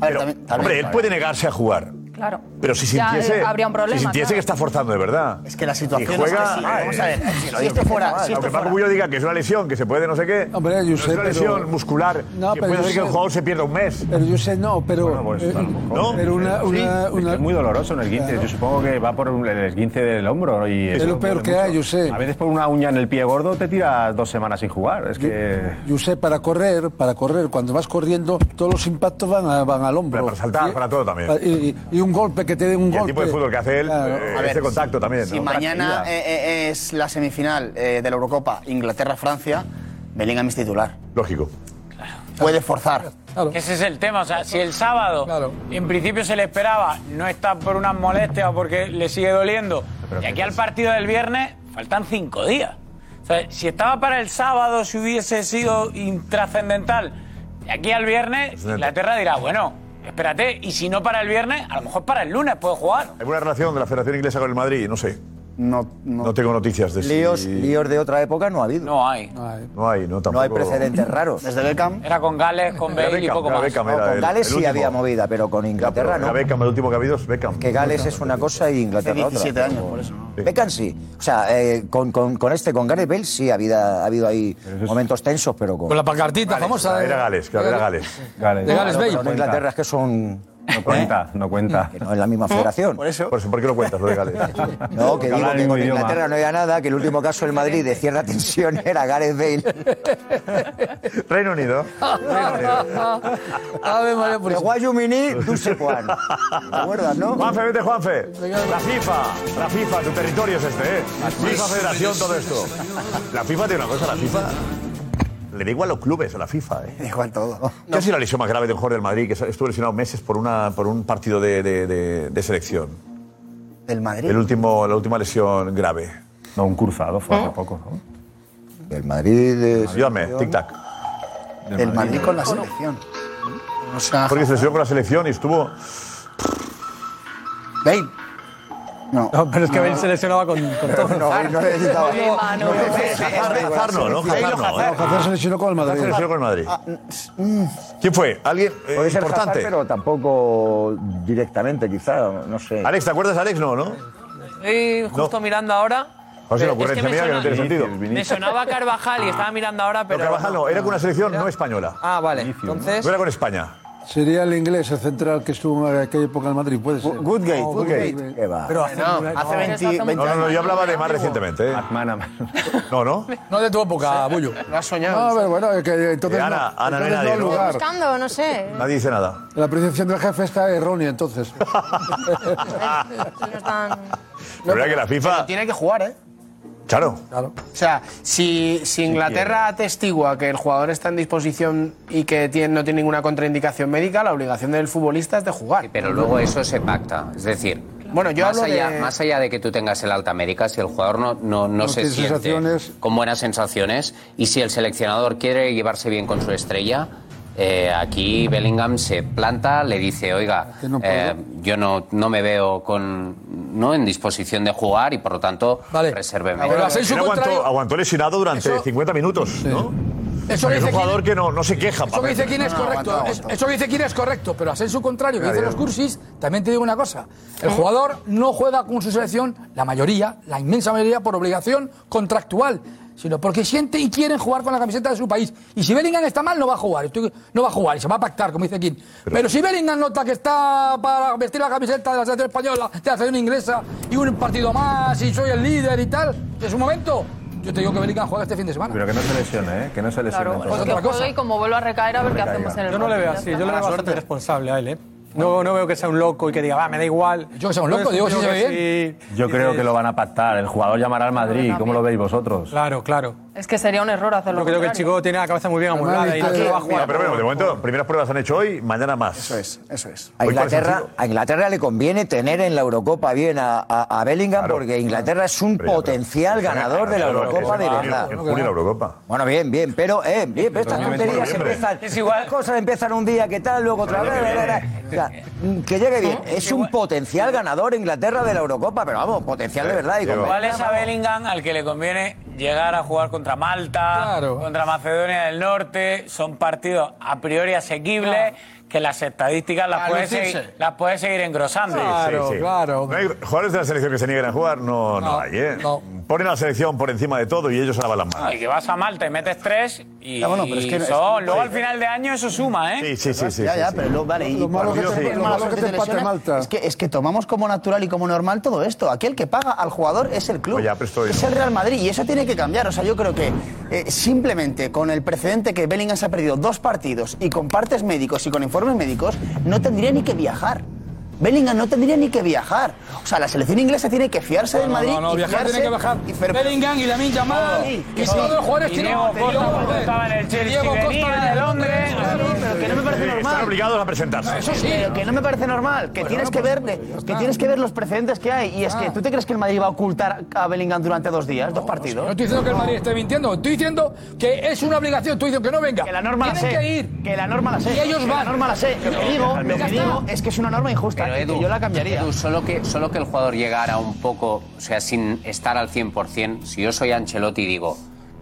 Speaker 2: pero, hombre, él
Speaker 4: también.
Speaker 2: puede negarse a jugar.
Speaker 5: claro.
Speaker 2: Pero si
Speaker 5: Ya,
Speaker 2: sintiese,
Speaker 5: eh, habría un problema,
Speaker 2: si sintiese
Speaker 5: claro.
Speaker 2: que está forzando de verdad. Es
Speaker 4: que la situación
Speaker 2: y
Speaker 4: es
Speaker 2: juega,
Speaker 4: que sí, vamos a ver,
Speaker 2: eh,
Speaker 4: si esto fuera- si esto
Speaker 2: aunque Paco
Speaker 4: fuera-
Speaker 2: Bullo diga que es una lesión, que se puede no sé qué,
Speaker 9: Hombre,
Speaker 2: no es
Speaker 9: Josep,
Speaker 2: una lesión
Speaker 9: pero-
Speaker 2: muscular,
Speaker 9: No,
Speaker 2: que
Speaker 9: pero
Speaker 2: puede ser que el
Speaker 9: Josep-
Speaker 2: jugador se pierda un mes.
Speaker 9: Pero yo sé, no, pero.
Speaker 2: pues
Speaker 9: eh,
Speaker 12: ¿No?
Speaker 9: Pero una. una,
Speaker 12: Es que
Speaker 9: una-
Speaker 12: es muy doloroso en el esguince. Yo supongo que va por un- el esguince del hombro. Y
Speaker 9: Es lo peor que hay, yo sé.
Speaker 12: A veces por una uña en el pie gordo te tiras dos semanas sin jugar. Es que.
Speaker 9: Yo sé, para correr, para correr, cuando vas corriendo, todos los impactos van, a- van al hombro.
Speaker 2: Para saltar, para todo también.
Speaker 9: Y, y- y un golpe que te den un
Speaker 2: Y el
Speaker 9: golpe.
Speaker 2: tipo de fútbol que hace él,
Speaker 9: Claro.
Speaker 2: eh,
Speaker 4: A ver,
Speaker 2: ese contacto también.
Speaker 4: Si
Speaker 2: ¿no?
Speaker 4: mañana eh, eh, es la semifinal eh, de la Eurocopa Inglaterra-Francia, Bellingham es titular.
Speaker 2: Lógico.
Speaker 4: Puede forzar.
Speaker 8: Ese es el tema. O sea, si el sábado, en principio se le esperaba, no está por unas molestias o porque le sigue doliendo. Y aquí al partido del viernes faltan cinco días. O sea, si estaba para el sábado, si hubiese sido intrascendental, y aquí al viernes, Inglaterra dirá, bueno, espérate, y si no para el viernes, a lo mejor para el lunes puede jugar.
Speaker 2: ¿Hay alguna relación de la Federación Inglesa con el Madrid? No sé.
Speaker 4: No,
Speaker 2: tengo noticias de si-
Speaker 11: Líos, líos de otra época no ha habido.
Speaker 8: No hay.
Speaker 2: No hay, no tampoco.
Speaker 11: hay precedentes raros. Desde
Speaker 4: Beckham.
Speaker 8: Era con Gales, con
Speaker 2: Era
Speaker 8: Bale y
Speaker 2: Beckham,
Speaker 8: poco
Speaker 2: era
Speaker 8: más.
Speaker 2: Beckham,
Speaker 11: No,
Speaker 2: era
Speaker 11: con
Speaker 2: el-
Speaker 11: Gales
Speaker 2: el
Speaker 11: sí
Speaker 2: último.
Speaker 11: había movida, pero con Inglaterra
Speaker 2: Era
Speaker 11: no.
Speaker 2: Beckham, el último que ha habido es Beckham.
Speaker 11: Que Gales es una cosa y Inglaterra otra.
Speaker 4: 17 años, por eso.
Speaker 11: Beckham sí. O sea, eh, con, con, con este, con Gareth Bale sí ha habido, ha habido ahí momentos tensos, pero con...
Speaker 13: Con la pancartita famosa. de-
Speaker 11: Gales, claro, era Gales.
Speaker 13: De Gales Bale.
Speaker 11: Inglaterra es que son...
Speaker 12: No cuenta, no cuenta.
Speaker 11: no es la misma federación.
Speaker 12: Por eso. Por eso, ¿por qué no cuentas lo de Gales?
Speaker 11: No, que
Speaker 12: Porque
Speaker 11: digo
Speaker 12: hablan el
Speaker 11: que
Speaker 12: mismo
Speaker 11: con
Speaker 12: idioma.
Speaker 11: Inglaterra no había nada, que el último caso del Madrid de cierta tensión era Gareth Bale.
Speaker 2: Reino Unido.
Speaker 11: Ave María Purísima. Dulce Juan. ¿Te acuerdas, no?
Speaker 2: Juanfe, vete, Juanfe. La FIFA, la FIFA, tu territorio es este, ¿eh? FIFA, Federación, todo esto. La FIFA tiene una cosa, la FIFA... Le da igual a los clubes, a la FIFA, ¿eh? Le
Speaker 11: igual todo.
Speaker 2: ¿Qué ha sido la lesión más grave de un jugador del Madrid? Que estuvo lesionado meses por, una, por un partido de, de- de- de selección.
Speaker 11: ¿Del Madrid?
Speaker 2: El último, la última lesión grave.
Speaker 12: No, un cruzado fue hace poco, ¿no?
Speaker 11: Del Madrid...
Speaker 2: Ayúdame, tic-tac.
Speaker 4: Del Madrid con la selección.
Speaker 2: Porque se lesionó con la selección y estuvo...
Speaker 4: Bale. No.
Speaker 10: pero es que
Speaker 2: No.
Speaker 10: Bale se lesionaba con, con todo.
Speaker 4: No, Bale no necesitaba-
Speaker 10: Oye, Manu,
Speaker 4: no
Speaker 10: pero-
Speaker 2: Hazard no, ¿no? Hazard no, ¿eh?
Speaker 9: Hazard se lesionó con el
Speaker 2: Hazard
Speaker 9: Madrid.
Speaker 2: se lesionó con el Madrid.
Speaker 15: Ah, mm.
Speaker 2: ¿Quién fue? ¿Alguien eh,
Speaker 16: Puede ser
Speaker 2: importante?
Speaker 16: Hazard, pero tampoco directamente, quizá, no sé.
Speaker 2: Alex, ¿te acuerdas, Alex? No, ¿no?
Speaker 17: Estoy justo mirando ahora.
Speaker 2: O sea,
Speaker 17: pero es
Speaker 2: una ocurrencia
Speaker 17: que me
Speaker 2: mía que no
Speaker 17: suena-
Speaker 2: tiene sentido.
Speaker 17: Me sonaba Carvajal y estaba mirando ahora,
Speaker 2: No,
Speaker 17: pero.
Speaker 2: Carvajal no, era con una selección no española.
Speaker 17: Ah, vale. Entonces.
Speaker 2: No era con España.
Speaker 9: Sería el inglés, el central que estuvo en aquella época en Madrid, puede ser.
Speaker 2: Goodgate,
Speaker 9: No,
Speaker 2: Goodgate.
Speaker 9: Qué va.
Speaker 10: Pero hace,
Speaker 9: No,
Speaker 10: no,
Speaker 9: hace 20
Speaker 10: años.
Speaker 2: No, no, no, yo hablaba de más recientemente. ¿eh? No, no.
Speaker 13: No de tu época, Bullo.
Speaker 17: Lo has
Speaker 9: No, pero bueno, eh, que entonces.
Speaker 2: Eh,
Speaker 9: no-
Speaker 2: Ana, Ana, no hay
Speaker 9: entonces no
Speaker 2: nadie, ¿no?
Speaker 9: hay lugar.
Speaker 3: Buscando, no sé.
Speaker 2: Nadie dice nada.
Speaker 9: La percepción del jefe está errónea, entonces.
Speaker 3: No están...
Speaker 2: La verdad que la FIFA.
Speaker 15: Tiene que jugar, ¿eh?
Speaker 2: Claro.
Speaker 15: O sea, si, si Inglaterra atestigua que el jugador está en disposición y que tiene- no tiene ninguna contraindicación médica, la obligación del futbolista es de jugar.
Speaker 14: Pero luego eso se pacta. Es decir,
Speaker 15: Bueno, yo
Speaker 14: más,
Speaker 15: hablo
Speaker 14: allá,
Speaker 15: de-
Speaker 14: más allá de que tú tengas el alta médica, si el jugador no, no, no
Speaker 9: No
Speaker 14: se
Speaker 9: tiene
Speaker 14: siente
Speaker 9: sensaciones.
Speaker 14: con buenas sensaciones y si el seleccionador quiere llevarse bien con su estrella, eh, aquí Bellingham se planta, le dice, oiga,
Speaker 9: Que no puedo.
Speaker 14: eh, yo no, no me veo con no en disposición de jugar y por lo tanto, resérveme.
Speaker 2: Él aguantó, aguantó lesionado durante 50 minutos, ¿no?
Speaker 13: Eso
Speaker 2: O sea, que es
Speaker 13: dice
Speaker 2: un jugador que no, no se queja.
Speaker 13: Eso que dice quién es correcto. es- Eso que dice quién es correcto, pero a ser su contrario, que
Speaker 2: Claro,
Speaker 13: dicen
Speaker 2: ya.
Speaker 13: los cursis, también te digo una cosa. El jugador no juega con su selección, la mayoría, la inmensa mayoría, por obligación contractual, sino porque siente y quieren jugar con la camiseta de su país. Y si Bellingham está mal, no va a jugar. estoy- no va a jugar y se va a pactar, como dice King. Pero, si Bellingham nota que está para vestir la camiseta de la selección española, de la selección inglesa, y un partido más, y soy el líder y tal, es un momento. Yo te digo que Bellingham juega este fin de semana.
Speaker 12: Pero que no se lesione, ¿eh? Que no se lesione.
Speaker 13: Claro,
Speaker 12: entonces.
Speaker 13: es otra
Speaker 5: Que juegue y como vuelva a recaer, a ver qué hacemos en el
Speaker 10: Yo no le veo así, yo le veo bastante responsable a él, ¿eh? No, no veo que sea un loco y que diga, va, me da igual. Pues Yo que
Speaker 13: sea un loco, digo, si se ve bien.
Speaker 12: Yo creo que lo van a pactar. El jugador llamará al Madrid. ¿Cómo lo veis vosotros?
Speaker 10: Claro, claro.
Speaker 5: Es que sería un error hacerlo.
Speaker 10: Yo creo que el chico tiene la cabeza muy bien amueblada y no se lo va
Speaker 2: Mira,
Speaker 10: a jugar.
Speaker 2: pero bueno, de momento, primeras pruebas han hecho hoy, mañana más. Eso
Speaker 4: es, eso es.
Speaker 11: A Inglaterra, a Inglaterra le conviene tener en la Eurocopa bien a, a- a Bellingham porque Inglaterra es un potencial ganador de la Eurocopa de verdad.
Speaker 2: En junio la Eurocopa.
Speaker 11: Bueno, bien, bien, pero, eh, bien, pero estas
Speaker 2: Pero no,
Speaker 11: tonterías
Speaker 2: noviembre.
Speaker 11: empiezan. Las cosas empiezan un día, que tal, luego otra vez.
Speaker 2: Pero ya que
Speaker 11: bla, bla, bla. O sea, mm, que llegue bien. Es un potencial ganador Inglaterra de la Eurocopa, pero vamos, potencial de verdad. Y con-
Speaker 8: ¿Cuál es a Bellingham al que le conviene llegar a jugar contra Malta, contra Macedonia del Norte? Son partidos a priori asequibles que las estadísticas las
Speaker 2: Para
Speaker 8: puede
Speaker 2: lucirse.
Speaker 8: seguir, las puede seguir engrosando.
Speaker 2: claro. No hay jugadores de la selección que se nieguen a jugar, no, no, hay, ¿eh? Ponen a la selección por encima de todo y ellos se lavan las manos.
Speaker 8: Ay, que vas a Malta Ah, y metes tres y,
Speaker 11: Ah,
Speaker 2: Ya, bueno, pero es que-
Speaker 8: y
Speaker 2: es que-
Speaker 8: son- luego al final de año eso suma, ¿eh?
Speaker 2: Sí, sí, sí.
Speaker 4: Ya, ya, pero lo, vale, y por Dios, sí. Mala suerte te lesiona. Es que, es que tomamos como natural y como normal todo esto. Aquí el que paga al jugador es el club.
Speaker 2: Oye, pero estoy-
Speaker 4: es el Real Madrid y eso tiene que cambiar. O sea, yo creo que eh, simplemente con el precedente que Bellingham se ha perdido dos partidos y con partes médicos y con informes médicos, no tendría ni que viajar. Bellingham no tendría ni que viajar. O sea, la selección inglesa tiene que fiarse del
Speaker 13: No,
Speaker 4: Madrid.
Speaker 13: no, no,
Speaker 4: y
Speaker 13: viajar
Speaker 4: fiarse-
Speaker 13: tiene que bajar.
Speaker 4: y fer-
Speaker 13: Bellingham y Lamin Yamal.
Speaker 4: Sí,
Speaker 13: Y
Speaker 4: que
Speaker 13: si
Speaker 4: sí.
Speaker 13: todos los jugadores
Speaker 4: Y
Speaker 13: tienen
Speaker 4: Diego
Speaker 13: que volver.
Speaker 4: Costa, cuando estaba en el Chelsea,
Speaker 13: Diego Costa
Speaker 4: venía de
Speaker 13: venía
Speaker 4: Londres.
Speaker 13: claro.
Speaker 4: Pero que no me parece
Speaker 2: Sí,
Speaker 4: normal.
Speaker 2: están obligados a presentarse.
Speaker 4: Eso sí, pero que no me parece normal, que tienes que
Speaker 13: pues,
Speaker 4: verle, que tienes que ver los precedentes que hay y es que tú te crees que el Madrid va a ocultar a Bellingham durante dos días, dos partidos.
Speaker 13: No estoy diciendo que el Madrid esté mintiendo, estoy diciendo que es una obligación, estoy diciendo que no venga. Que la
Speaker 4: norma la
Speaker 13: pues, Tienen
Speaker 4: sé,
Speaker 13: que ir.
Speaker 4: Que la norma la sé.
Speaker 13: Y ellos
Speaker 4: que
Speaker 13: van.
Speaker 4: La norma la sé. Lo que digo, lo que digo es que es una norma injusta.
Speaker 14: Pero
Speaker 4: y que
Speaker 14: Edu,
Speaker 4: yo la cambiaría.
Speaker 14: Edu, solo, que, solo que el jugador llegara un poco, o sea, sin estar al 100%, si yo soy Ancelotti y digo,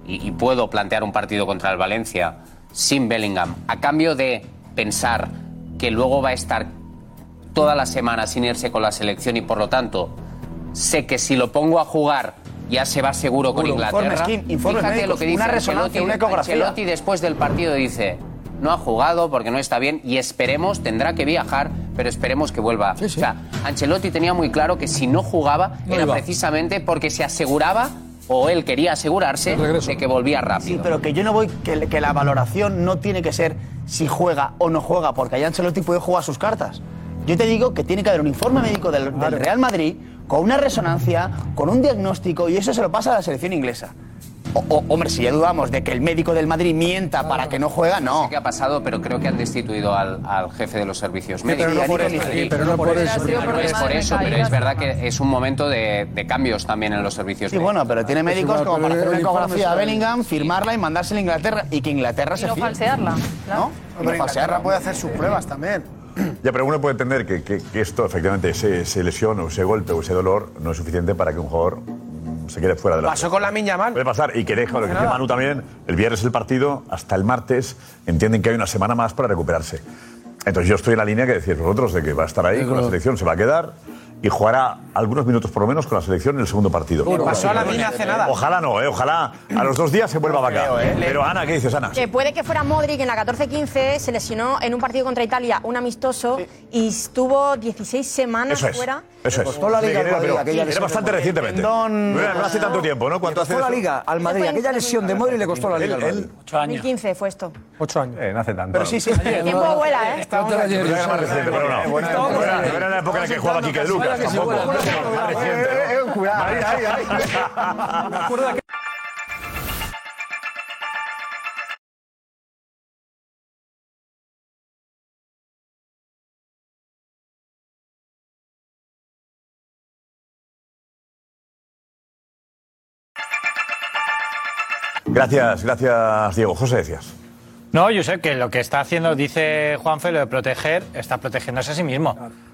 Speaker 14: y, y puedo plantear un partido contra el Valencia sin Bellingham, a cambio de pensar que luego va a estar toda la semana sin irse con la selección y por lo tanto sé que si lo pongo a jugar ya se va seguro con
Speaker 4: Seguro.
Speaker 14: Inglaterra.
Speaker 4: Informes, Kim, informes
Speaker 14: Fíjate
Speaker 4: médicos,
Speaker 14: lo que dice
Speaker 4: una resonancia,
Speaker 14: Ancelotti.
Speaker 4: una ecografía.
Speaker 14: Ancelotti después del partido dice, no ha jugado porque no está bien y esperemos, tendrá que viajar, pero esperemos que vuelva. O sea, Ancelotti tenía muy claro que si no jugaba
Speaker 11: No
Speaker 14: era
Speaker 11: iba.
Speaker 14: precisamente porque se aseguraba o él quería asegurarse de que volvía rápido.
Speaker 4: Sí, pero que yo no voy, que, que la valoración no tiene que ser si juega o no juega, porque allá Ancelotti puede jugar sus cartas. Yo te digo que tiene que haber un informe médico del, del Real Madrid con una resonancia, con un diagnóstico, y eso se lo pasa a la selección inglesa. O- o- hombre, si ya dudamos de que el médico del Madrid mienta para que no juega,
Speaker 14: No
Speaker 4: no.
Speaker 14: sé qué ha pasado, pero creo que han destituido al, al jefe de los servicios
Speaker 4: Sí,
Speaker 14: médicos.
Speaker 4: pero no por eso. Sí, pero no por eso. Ha sido
Speaker 14: No es
Speaker 4: problema
Speaker 14: por
Speaker 4: de
Speaker 14: eso, pero
Speaker 4: recaídas.
Speaker 14: es verdad que es un momento de, de cambios también en los servicios
Speaker 4: Sí, bueno, pues pero tiene médicos como para hacer una ecografía a
Speaker 14: de
Speaker 4: Bellingham, firmarla y mandársela a Inglaterra, y que Inglaterra se
Speaker 5: no
Speaker 4: fíe.
Speaker 5: falsearla. claro.
Speaker 4: No falsearla.
Speaker 2: puede hacer sus pruebas también. Ya, pero uno puede entender que, que- que esto, efectivamente, ese, ese lesión o ese golpe o ese dolor no es suficiente para que un jugador mm, se quede fuera de la
Speaker 15: Pasó con la miña mal.
Speaker 2: Puede pasar, y que deja lo que dice
Speaker 15: Nada.
Speaker 2: Manu también, el viernes el partido, hasta el martes, entienden que hay una semana más para recuperarse. Entonces yo estoy en la línea que decís vosotros, de que va a estar ahí con la selección, se va a quedar y jugará algunos minutos por lo menos con la selección en el segundo partido.
Speaker 15: Le pasó a la mina hace nada. eh,
Speaker 2: Ojalá no, eh, ojalá a los dos días se vuelva vaca. Pero Ana, ¿qué dices, Ana?
Speaker 3: Que puede que fuera Modric en la 14-15, se lesionó en un partido contra Italia, un amistoso, y estuvo 16 semanas
Speaker 2: Eso es.
Speaker 3: fuera.
Speaker 2: Eso es.
Speaker 11: Costó la
Speaker 2: Sí,
Speaker 11: liga
Speaker 2: que
Speaker 11: al
Speaker 2: era,
Speaker 11: Madrid,
Speaker 2: pero
Speaker 11: aquella
Speaker 2: era
Speaker 11: lesión
Speaker 2: bastante
Speaker 11: de-
Speaker 2: recientemente.
Speaker 11: Tendón-
Speaker 2: No era- no hace tanto tiempo, ¿no?
Speaker 11: Le
Speaker 2: ¿Cuánto hace
Speaker 11: costó la
Speaker 2: eso?
Speaker 11: liga al Madrid, aquella lesión de Modri le costó la liga al Madrid.
Speaker 2: Ocho
Speaker 3: 2015 fue esto.
Speaker 10: Ocho años.
Speaker 12: Eh, no hace tanto.
Speaker 11: Pero sí, sí.
Speaker 3: El tiempo vuela, ¿eh?
Speaker 11: Estábamos aquí.
Speaker 2: Pero era más reciente, pero no. No era- no era la época en la que jugaba Quique Lucas, tampoco. Más reciente, ¿no? Gracias, gracias, Diego. José, decías.
Speaker 18: No, yo sé que lo que está haciendo, dice Juanfe, lo de proteger, está protegiéndose a sí mismo.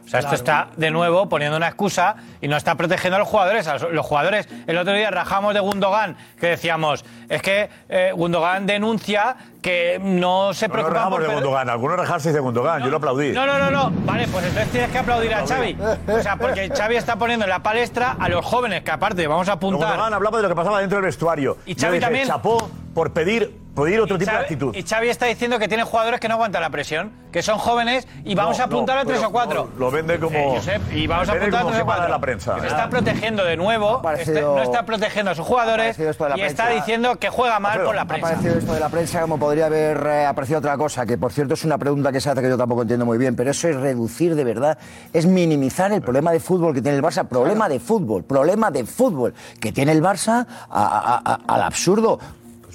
Speaker 18: O sea, esto está de nuevo poniendo una excusa y no está protegiendo a los jugadores. A los- los jugadores, el otro día rajamos de Gundogan, que decíamos, es que eh, Gundogan denuncia que no se
Speaker 2: No nos
Speaker 18: preocupa
Speaker 2: rajamos
Speaker 18: por
Speaker 2: de
Speaker 18: perder-
Speaker 2: Gundogan. Algunos rajarse de Gundogan. Yo lo aplaudí.
Speaker 18: no, no, no, no. Vale, pues entonces tienes que aplaudir a Xavi. O sea, porque Xavi está poniendo en la palestra a los jóvenes, que aparte vamos a
Speaker 2: Pero
Speaker 18: apuntar.
Speaker 2: Gundogan hablaba de lo que pasaba dentro del vestuario.
Speaker 18: Y
Speaker 2: Yo
Speaker 18: Xavi
Speaker 2: dije,
Speaker 18: también.
Speaker 2: Chapó por pedir, pedir otro
Speaker 18: Y
Speaker 2: tipo de
Speaker 18: Xavi-
Speaker 2: actitud.
Speaker 18: Y Xavi está diciendo que tiene jugadores que no aguantan la presión, que son jóvenes y vamos
Speaker 2: No,
Speaker 18: a apuntar
Speaker 2: no,
Speaker 18: a tres
Speaker 2: pero
Speaker 18: o cuatro.
Speaker 2: no, lo vende como-
Speaker 18: Eh, Josep, y vamos a
Speaker 2: vende
Speaker 18: apuntar a
Speaker 2: como
Speaker 18: tres o
Speaker 2: jefa de
Speaker 18: cuatro.
Speaker 2: la prensa.
Speaker 18: Que se está protegiendo de nuevo,
Speaker 11: parecido-
Speaker 18: este- no está protegiendo a sus jugadores
Speaker 11: Ha parecido esto de la
Speaker 18: y está
Speaker 11: prensa.
Speaker 18: diciendo que juega mal por la
Speaker 11: Ha
Speaker 18: prensa.
Speaker 11: parecido esto de la prensa como podría haber eh, aparecido otra cosa, que por cierto es una pregunta que se hace que yo tampoco entiendo muy bien, pero eso es reducir de verdad, es minimizar el problema de fútbol que tiene el Barça, problema de fútbol, problema de fútbol que tiene el Barça a- a- a- al absurdo.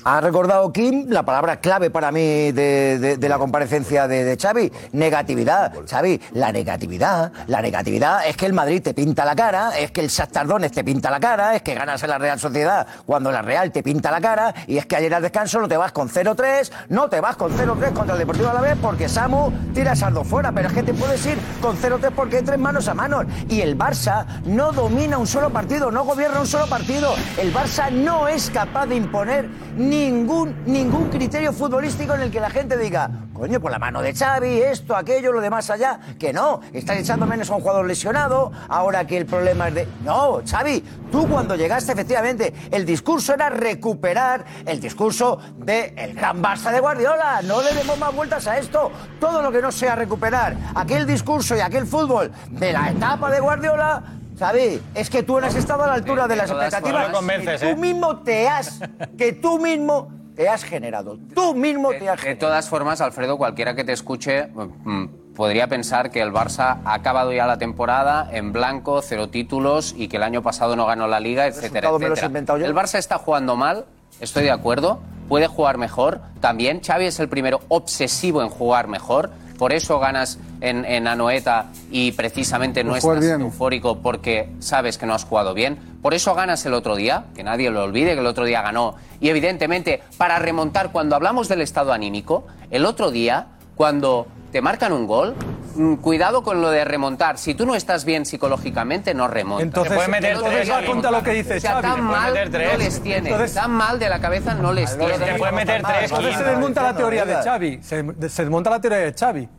Speaker 11: Ha recordado Kim la palabra clave para mí de, de- de la comparecencia de, de Xavi, negatividad. Xavi, la negatividad, la negatividad es que el Madrid te pinta la cara, es que el Sartardones te pinta la cara, es que ganas en la Real Sociedad cuando la Real te pinta la cara y es que ayer al descanso no te vas con 0-3, no te vas con 0-3 contra el Deportivo Alavés porque Samu tira a Sardo fuera, pero es que te puedes ir con 0-3 porque hay tres manos a manos y el Barça no domina un solo partido, no gobierna un solo partido. El Barça no es capaz de imponer ningún, ningún criterio futbolístico en el que la gente diga, coño, por la mano de Xavi, esto, aquello, lo demás allá. Que no, estás echando menos a un jugador lesionado, ahora que el problema es de... No, Xavi, tú cuando llegaste, efectivamente, el discurso era recuperar el discurso del el gran Barça de Guardiola. No le demos más vueltas a esto. Todo lo que no sea recuperar aquel discurso y aquel fútbol de la etapa de Guardiola... Xavi, es que tú no has estado a la altura de las
Speaker 18: todas formas.
Speaker 11: expectativas.
Speaker 18: No lo convences,
Speaker 11: que
Speaker 18: ¿eh?
Speaker 11: tú mismo te has, que tú mismo te has generado. Tú mismo te has
Speaker 14: De todas formas, Alfredo, cualquiera que te escuche mm, podría pensar que el Barça ha acabado ya la temporada en blanco, cero títulos y que el año pasado no ganó la liga, etcétera,
Speaker 11: resultado me los he
Speaker 14: etcétera.
Speaker 11: inventado yo.
Speaker 14: El Barça está jugando mal, estoy de acuerdo, puede jugar mejor también. Xavi es el primero obsesivo en jugar mejor. Por eso ganas en, en Anoeta y precisamente no,
Speaker 9: No
Speaker 14: estás
Speaker 9: jugar bien.
Speaker 14: eufórico porque sabes que no has jugado bien. Por eso ganas el otro día, que nadie lo olvide que el otro día ganó. Y evidentemente, para remontar, cuando hablamos del estado anímico, el otro día, cuando te marcan un gol, mm, cuidado con lo de remontar. Si tú no estás bien psicológicamente, no remontas.
Speaker 10: Entonces- Te puede meter entonces tres. va contra lo que dice
Speaker 14: O sea,
Speaker 10: Xavi. Te
Speaker 14: tan
Speaker 10: puede
Speaker 14: mal
Speaker 10: meter
Speaker 14: no
Speaker 10: tres.
Speaker 14: les tiene.
Speaker 10: Entonces-
Speaker 14: tan mal de la cabeza no les tiene.
Speaker 10: Te puede meter tres. Ah, Entonces se desmonta la teoría de Xavi. Se, se desmonta la teoría de Xavi.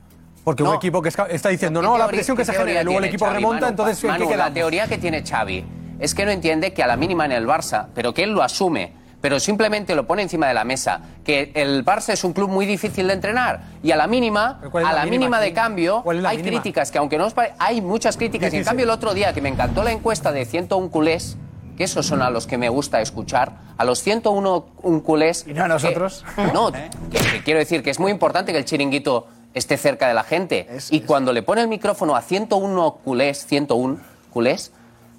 Speaker 10: Porque un equipo que esca- está diciendo, no, la
Speaker 14: teoría-
Speaker 10: presión que
Speaker 14: qué
Speaker 10: se
Speaker 14: teoría
Speaker 10: genera, luego el
Speaker 14: tiene
Speaker 10: equipo
Speaker 14: Xavi,
Speaker 10: remonta,
Speaker 14: Manu?
Speaker 10: entonces ¿en
Speaker 14: Manu,
Speaker 10: ¿qué
Speaker 14: la
Speaker 10: quedamos?
Speaker 14: teoría que tiene Xavi es que no entiende que a la mínima en el Barça, pero que él lo asume. pero simplemente lo pone encima de la mesa, que el Barça es un club muy difícil de entrenar y a la mínima,
Speaker 8: ¿Pero
Speaker 14: a
Speaker 8: cuál es
Speaker 14: la,
Speaker 8: la
Speaker 14: mínima,
Speaker 8: mínima
Speaker 14: de
Speaker 8: aquí?
Speaker 14: cambio,
Speaker 8: ¿Cuál es la
Speaker 14: hay
Speaker 8: mínima?
Speaker 14: críticas que aunque no os pare- hay muchas críticas y en
Speaker 8: 16.
Speaker 14: cambio el otro día que me encantó la encuesta de 101 culés, que esos son a los que me gusta escuchar, a los 101 un culés... ¿Y no a nosotros? no, que- que quiero decir que es muy importante que el chiringuito esté cerca de la gente. y cuando le pone el micrófono a 101 culés, 101 culés,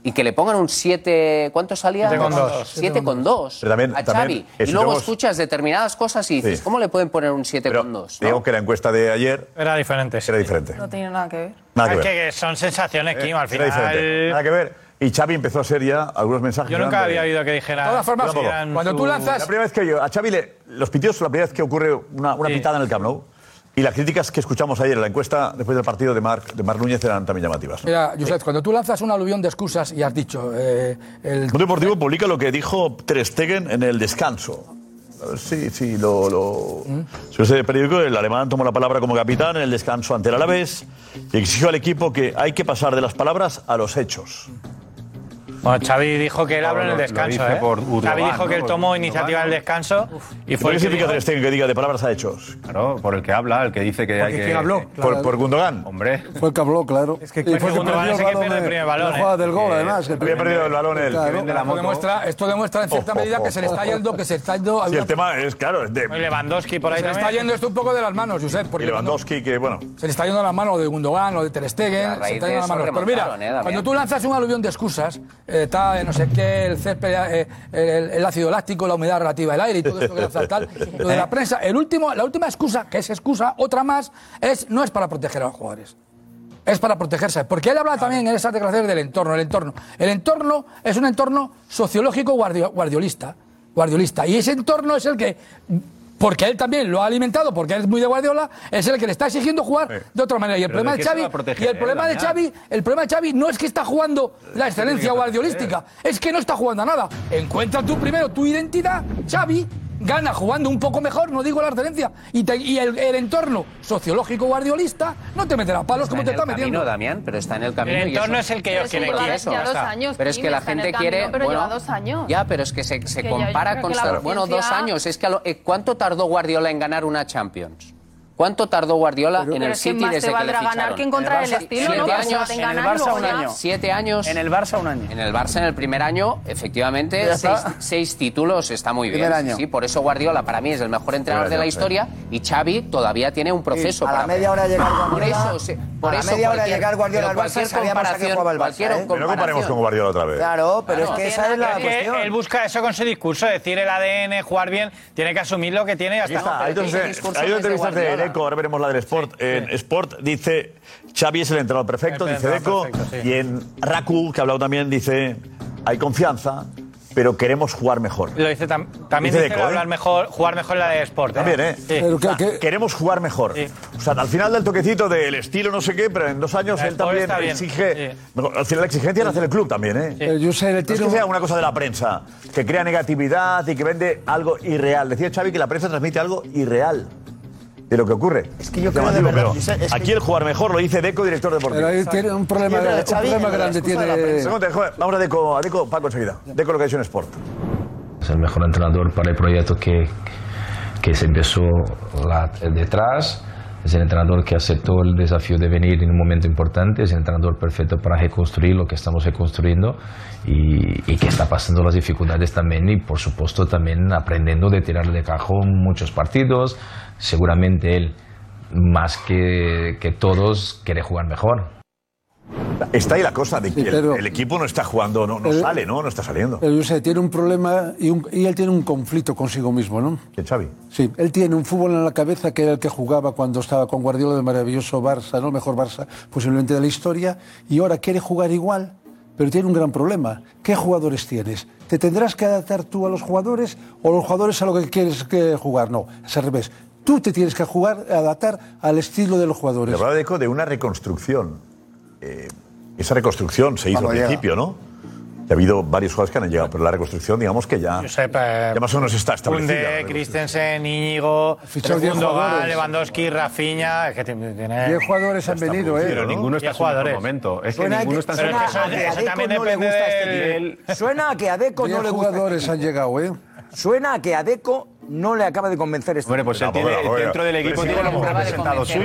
Speaker 14: y que le pongan un 7, ¿cuánto salía?
Speaker 2: Siete con dos.
Speaker 14: 7 con 2
Speaker 2: Pero también-
Speaker 14: a Xavi.
Speaker 2: también,
Speaker 14: y
Speaker 2: si
Speaker 14: luego
Speaker 2: luego-
Speaker 14: escuchas determinadas cosas y dices,
Speaker 2: Sí.
Speaker 14: ¿cómo le pueden poner un 7 con 2?
Speaker 2: Digamos que la encuesta de ayer.
Speaker 18: Era diferente.
Speaker 2: Era diferente.
Speaker 5: No tiene nada que ver.
Speaker 2: Nada que
Speaker 18: Es
Speaker 2: ver.
Speaker 18: que son sensaciones, Kim, al
Speaker 2: Era diferente. Nada
Speaker 18: final.
Speaker 2: que ver. Y Xavi empezó a ser ya algunos mensajes.
Speaker 18: Yo nunca
Speaker 2: eran
Speaker 18: había
Speaker 2: de-
Speaker 18: oído que dijera.
Speaker 2: De todas formas,
Speaker 18: que eran
Speaker 2: cuando tú
Speaker 18: su-
Speaker 2: lanzas. La primera vez que yo. A Xavi, le- los pitidos, la primera vez que ocurre una, una pitada en el Camp Nou. Y las críticas que escuchamos ayer en la encuesta después del partido de Marc de Marc Núñez eran también llamativas.
Speaker 13: Mira, Josep, cuando tú lanzas un aluvión de excusas y has dicho, eh, el
Speaker 2: El Mundo Deportivo publica lo que dijo Ter Stegen en el descanso. A ver si, si lo. lo... Si ese periódico, el alemán tomó la palabra como capitán en el descanso ante el Alavés y exigió al equipo que hay que pasar de las palabras a los hechos.
Speaker 18: Bueno, Xavi dijo que él habla en el
Speaker 2: Lo- lo
Speaker 18: descanso.
Speaker 2: dice
Speaker 18: ¿eh?
Speaker 2: por
Speaker 18: Xavi
Speaker 2: Urdogan,
Speaker 18: dijo que
Speaker 2: ¿no?
Speaker 18: él
Speaker 2: Por
Speaker 18: tomó
Speaker 2: Urdogan,
Speaker 18: iniciativa en el descanso y
Speaker 2: ¿Y
Speaker 18: fue el
Speaker 2: ¿Qué
Speaker 18: que
Speaker 2: significa
Speaker 18: dijo-
Speaker 2: Ter Stegen que diga de palabras a hechos?
Speaker 12: Claro, por el que habla, el que dice que hay que.
Speaker 2: Por, por Gundogan.
Speaker 12: Hombre.
Speaker 9: Fue el que habló, claro.
Speaker 12: Es que
Speaker 9: Y fue el que
Speaker 12: Gundogan
Speaker 9: perdió
Speaker 12: es el que pierde el
Speaker 9: de-
Speaker 12: primer balón,
Speaker 9: La jugada
Speaker 12: ¿eh?
Speaker 9: del gol,
Speaker 12: Que-
Speaker 9: además. que
Speaker 12: Había
Speaker 9: perdió.
Speaker 2: perdido el balón él.
Speaker 9: Claro.
Speaker 13: Esto demuestra, esto demuestra en cierta
Speaker 9: Ojo,
Speaker 13: medida que se le está
Speaker 9: ojo.
Speaker 13: yendo, que se está yendo. a
Speaker 2: Sí,
Speaker 13: una-
Speaker 2: el tema es, claro, es de.
Speaker 18: Lewandowski
Speaker 13: se le está yendo esto un poco de las manos, Josep.
Speaker 2: Y
Speaker 13: Porque
Speaker 2: Lewandowski, que bueno.
Speaker 13: Se le está yendo a la mano lo de Gundogan, lo de Ter
Speaker 2: A
Speaker 13: Stegen,
Speaker 2: raíz
Speaker 13: se está
Speaker 2: de
Speaker 13: yendo a la
Speaker 2: eso
Speaker 13: mano. Pero
Speaker 2: remontaron, eh,
Speaker 13: mira,
Speaker 2: Damián.
Speaker 13: cuando tú lanzas un aluvión de excusas, eh, está eh, no sé qué, el césped, eh, el, el ácido láctico, la humedad relativa del aire y todo esto que lanzas tal, lo de la prensa, el último, la última excusa, que es excusa, otra más, es no es para proteger a los jugadores. Es para protegerse. Porque él habla también en esas declaraciones del entorno, el entorno. El entorno es un entorno sociológico guardio- guardiolista. Guardiolista. Y ese entorno es el que, porque él también lo ha alimentado, porque él es muy de Guardiola, es el que le está exigiendo jugar de otra manera. Y el
Speaker 12: Pero
Speaker 13: problema
Speaker 12: ¿de qué
Speaker 13: de
Speaker 12: se va
Speaker 13: Xavi,
Speaker 12: a proteger
Speaker 13: y el
Speaker 12: él,
Speaker 13: problema de
Speaker 12: Damián?
Speaker 13: Xavi, el problema de Xavi no es que está jugando la excelencia guardiolística, es que no está jugando a nada. Encuentra tú primero tu identidad, Xavi gana jugando un poco mejor, no digo la excelencia, y, te- y el, el entorno sociológico guardiolista no te meterá palos Pues como
Speaker 14: en
Speaker 13: te
Speaker 14: el
Speaker 13: está
Speaker 14: camino,
Speaker 13: metiendo.
Speaker 14: Damián, pero está en el camino.
Speaker 18: El
Speaker 14: y
Speaker 18: entorno es el que ellos
Speaker 14: es un
Speaker 18: quieren,
Speaker 14: proceso,
Speaker 18: Kim, ya
Speaker 14: ya
Speaker 18: dos
Speaker 14: está.
Speaker 5: años,
Speaker 14: Pero es
Speaker 5: Kim,
Speaker 14: que la
Speaker 5: está en
Speaker 14: gente
Speaker 5: el camino,
Speaker 14: quiere.
Speaker 5: pero lleva
Speaker 14: bueno,
Speaker 5: dos años.
Speaker 14: Ya, pero es que se, se
Speaker 5: que yo- yo
Speaker 14: compara
Speaker 5: creo
Speaker 14: con.
Speaker 5: que la
Speaker 14: Star- bueno, dos
Speaker 5: paciencia-
Speaker 14: años. Es que a lo- eh, ¿cuánto tardó Guardiola en ganar una Champions? ¿Cuánto tardó Guardiola en
Speaker 5: Pero
Speaker 14: el
Speaker 5: es que
Speaker 14: City
Speaker 5: más te
Speaker 14: desde que le
Speaker 5: valdrá ganar
Speaker 14: ficharon?
Speaker 5: que encontrar
Speaker 14: En
Speaker 5: el estilo,
Speaker 14: siete
Speaker 5: ¿no? Porque
Speaker 14: años,
Speaker 5: te
Speaker 14: en
Speaker 5: enganan
Speaker 14: el
Speaker 5: y
Speaker 14: Barça
Speaker 5: luego
Speaker 14: un
Speaker 5: ya.
Speaker 14: año. Siete años.
Speaker 17: En el Barça un año.
Speaker 14: En el Barça en el primer año, efectivamente,
Speaker 17: Ya
Speaker 14: seis,
Speaker 17: está.
Speaker 14: seis títulos está muy bien.
Speaker 17: Primer
Speaker 14: sí,
Speaker 17: año.
Speaker 14: Sí, por eso Guardiola para mí es el mejor entrenador de
Speaker 17: año,
Speaker 14: la
Speaker 17: sí.
Speaker 14: historia y Xavi todavía tiene un proceso.
Speaker 11: a la
Speaker 14: para
Speaker 11: media hora llegar
Speaker 14: Por
Speaker 11: Guardiola,
Speaker 14: eso, se- por
Speaker 11: a la
Speaker 14: eso
Speaker 11: media hora
Speaker 14: cualquier-
Speaker 11: llegar Guardiola
Speaker 14: pero
Speaker 11: al Barça,
Speaker 14: cualquier
Speaker 11: sabíamos a qué
Speaker 14: comparación,
Speaker 11: jugaba el Barça,
Speaker 14: cualquier
Speaker 11: ¿eh?
Speaker 2: Pero no comparemos con Guardiola otra vez.
Speaker 11: Claro, pero es que esa es la
Speaker 18: Es que
Speaker 11: cuestión.
Speaker 18: Él busca eso con su discurso, decir el ADN, jugar bien, tiene que asumir lo que tiene y hasta
Speaker 2: Ahí está, hay dos, hay dos entrevistas de Deco, ahora veremos la del Sport. en Sport dice Xavi es el entrenador perfecto,
Speaker 18: El
Speaker 2: dice Deco.
Speaker 18: entrenador perfecto, sí.
Speaker 2: Y en Raku, que ha hablado también, dice hay confianza, pero queremos jugar mejor.
Speaker 18: Lo dice tam- también
Speaker 2: Dice
Speaker 18: dice,
Speaker 2: Deco, ¿eh?
Speaker 18: hablar mejor, jugar mejor la de Sport.
Speaker 2: También, ¿eh?
Speaker 18: Sí.
Speaker 2: O sea, Queremos jugar mejor. O sea, al final del toquecito del estilo, no sé qué, pero en dos años
Speaker 18: El
Speaker 2: él
Speaker 18: Sport
Speaker 2: también
Speaker 18: está bien,
Speaker 2: exige. Mejor, Al final la exigencia la hace el club también, ¿eh?
Speaker 9: Yo sé,
Speaker 2: No
Speaker 9: le
Speaker 2: es que
Speaker 9: tiro-
Speaker 2: sea una cosa de la prensa, que crea negatividad y que vende algo irreal. Decía Xavi que la prensa transmite algo irreal de lo que ocurre. Es que yo
Speaker 9: creo de verdad, Josep, es que-
Speaker 2: aquí el jugar mejor lo dice Deco, director deportivo.
Speaker 9: Pero ahí tiene un problema, un problema grande. Tiene...
Speaker 2: Pregunta, joder, Vamos a Deco, a Deco, Paco, enseguida. Deco lo que ha hecho en Sport.
Speaker 19: Es el mejor entrenador para el proyecto que, que se empezó la- detrás. Es el entrenador que aceptó el desafío de venir en un momento importante. Es el entrenador perfecto para reconstruir lo que estamos reconstruyendo y, y que está pasando las dificultades también. Y por supuesto, también aprendiendo de tirar de cajón muchos partidos. Seguramente él, más que, que todos, quiere jugar mejor.
Speaker 2: Está ahí la cosa de que el,
Speaker 9: pero-
Speaker 2: el equipo no está jugando, no, no
Speaker 9: El-
Speaker 2: sale, ¿no? No está saliendo.
Speaker 9: Pero yo sé, tiene un problema y, un- y él tiene un conflicto consigo mismo, ¿no?
Speaker 2: ¿Quién, Xavi?
Speaker 9: Sí, él tiene un fútbol en la cabeza que era el que jugaba cuando estaba con Guardiola del maravilloso Barça, ¿no? El mejor Barça posiblemente de la historia, y ahora quiere jugar igual, pero tiene un gran problema. ¿Qué jugadores tienes? ¿Te tendrás que adaptar tú a los jugadores o los jugadores a lo que quieres que jugar? No, es al revés. Tú te tienes que jugar, adaptar al estilo de los
Speaker 2: Le
Speaker 9: jugadores.
Speaker 2: hablaba Deco de una reconstrucción. Eh, esa reconstrucción se hizo
Speaker 9: Cuando
Speaker 2: al
Speaker 9: llega. Ah.
Speaker 2: principio, ¿no? Y ha habido varios jugadores que han llegado, pero la reconstrucción, digamos que ya, ya más o menos está establecida. la
Speaker 18: Kunde,
Speaker 2: reconstrucción.
Speaker 18: Christensen, Íñigo,
Speaker 9: Fichó diez
Speaker 18: Gundogan,
Speaker 9: jugadores.
Speaker 18: Lewandowski, Rafinha. Es que tiene- tiene-
Speaker 9: Diez jugadores han venido, ¿eh?
Speaker 12: Pero ninguno está
Speaker 18: Diez
Speaker 12: en su mejor
Speaker 18: jugadores.
Speaker 12: momento. Es que
Speaker 18: Suena
Speaker 12: ninguno
Speaker 18: que-
Speaker 12: está en
Speaker 18: pero
Speaker 12: su
Speaker 18: es que
Speaker 12: mejor
Speaker 18: eso-
Speaker 12: momento.
Speaker 18: eso también
Speaker 11: no le
Speaker 18: depende
Speaker 11: gusta este
Speaker 18: del-
Speaker 11: nivel. Suena a que a Deco
Speaker 9: Diez
Speaker 11: no le gusta.
Speaker 9: jugadores han llegado, ¿eh?
Speaker 11: Suena a que a Deco no le acaba de convencer esto.
Speaker 12: Hombre, pues él tiene- dentro del equipo tiene como un representado suyo.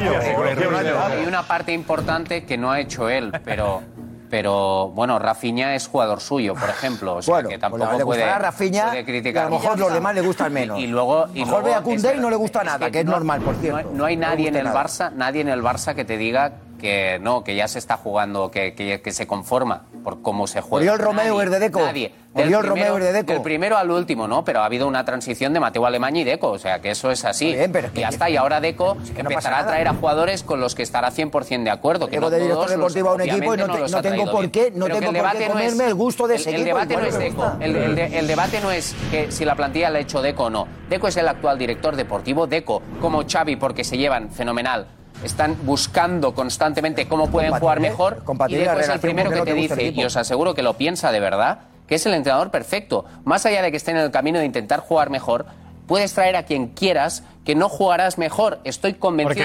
Speaker 14: Hay una parte importante que no ha hecho él, pero. Pero bueno, Rafinha es jugador suyo, por ejemplo. O sea, que tampoco
Speaker 11: pues le
Speaker 14: puede,
Speaker 11: gustará a Rafinha,
Speaker 14: puede criticar.
Speaker 11: y a lo mejor los demás le gustan menos.
Speaker 14: Y, y luego.
Speaker 11: A
Speaker 14: Y
Speaker 11: lo mejor ve a
Speaker 14: luego es
Speaker 11: Koundé y no le gusta
Speaker 14: verdad
Speaker 11: nada, que, es
Speaker 14: no-
Speaker 11: normal, por
Speaker 14: no-
Speaker 11: cierto.
Speaker 14: No, hay
Speaker 11: le
Speaker 14: nadie en
Speaker 11: gusta
Speaker 14: el
Speaker 11: nada.
Speaker 14: Barça, nadie en el Barça que te diga que no, que ya se está jugando, que, que- que se conforma por cómo se juega.
Speaker 11: Oriol Romeu
Speaker 14: Nadie,
Speaker 11: es de Deco.
Speaker 14: Nadie. Del
Speaker 11: Oriol Romeu es de Deco.
Speaker 14: Del primero al último, ¿no? Pero ha habido una transición de Mateo Alemania y Deco, o sea que eso es así. y ya está, y ahora Deco empezará a
Speaker 11: nada.
Speaker 14: traer a jugadores con los que estará 100% de acuerdo. Que
Speaker 11: Llego
Speaker 14: no
Speaker 11: de director
Speaker 14: todos los-
Speaker 11: deportivo a un
Speaker 14: obviamente
Speaker 11: equipo y no, te-
Speaker 14: los
Speaker 11: no
Speaker 14: ha
Speaker 11: tengo
Speaker 14: traído
Speaker 11: por
Speaker 14: bien.
Speaker 11: qué, no
Speaker 14: Pero que
Speaker 11: tengo
Speaker 14: el
Speaker 11: por
Speaker 14: debate
Speaker 11: qué
Speaker 14: no es-
Speaker 11: comerme el gusto de
Speaker 14: el-
Speaker 11: ese
Speaker 14: el,
Speaker 11: equipo.
Speaker 14: debate
Speaker 11: igual
Speaker 14: no es
Speaker 11: me
Speaker 14: Deco.
Speaker 11: gusta.
Speaker 14: El, el de- el debate no es que si la plantilla la ha hecho Deco o no. Deco es el actual director deportivo. Deco, como Xavi, porque se llevan fenomenal. Están buscando constantemente cómo pueden
Speaker 11: Compatible-
Speaker 14: jugar mejor. Y
Speaker 11: compatible ¿eh? la
Speaker 14: Deco es el
Speaker 11: relación
Speaker 14: primero que
Speaker 11: porque no
Speaker 14: te
Speaker 11: te gusta el
Speaker 14: dice,
Speaker 11: equipo.
Speaker 14: y os aseguro que lo piensa de verdad, que es el entrenador perfecto. Más allá de que esté en el camino de intentar jugar mejor, puedes traer a quien quieras que no jugarás mejor. Estoy convencido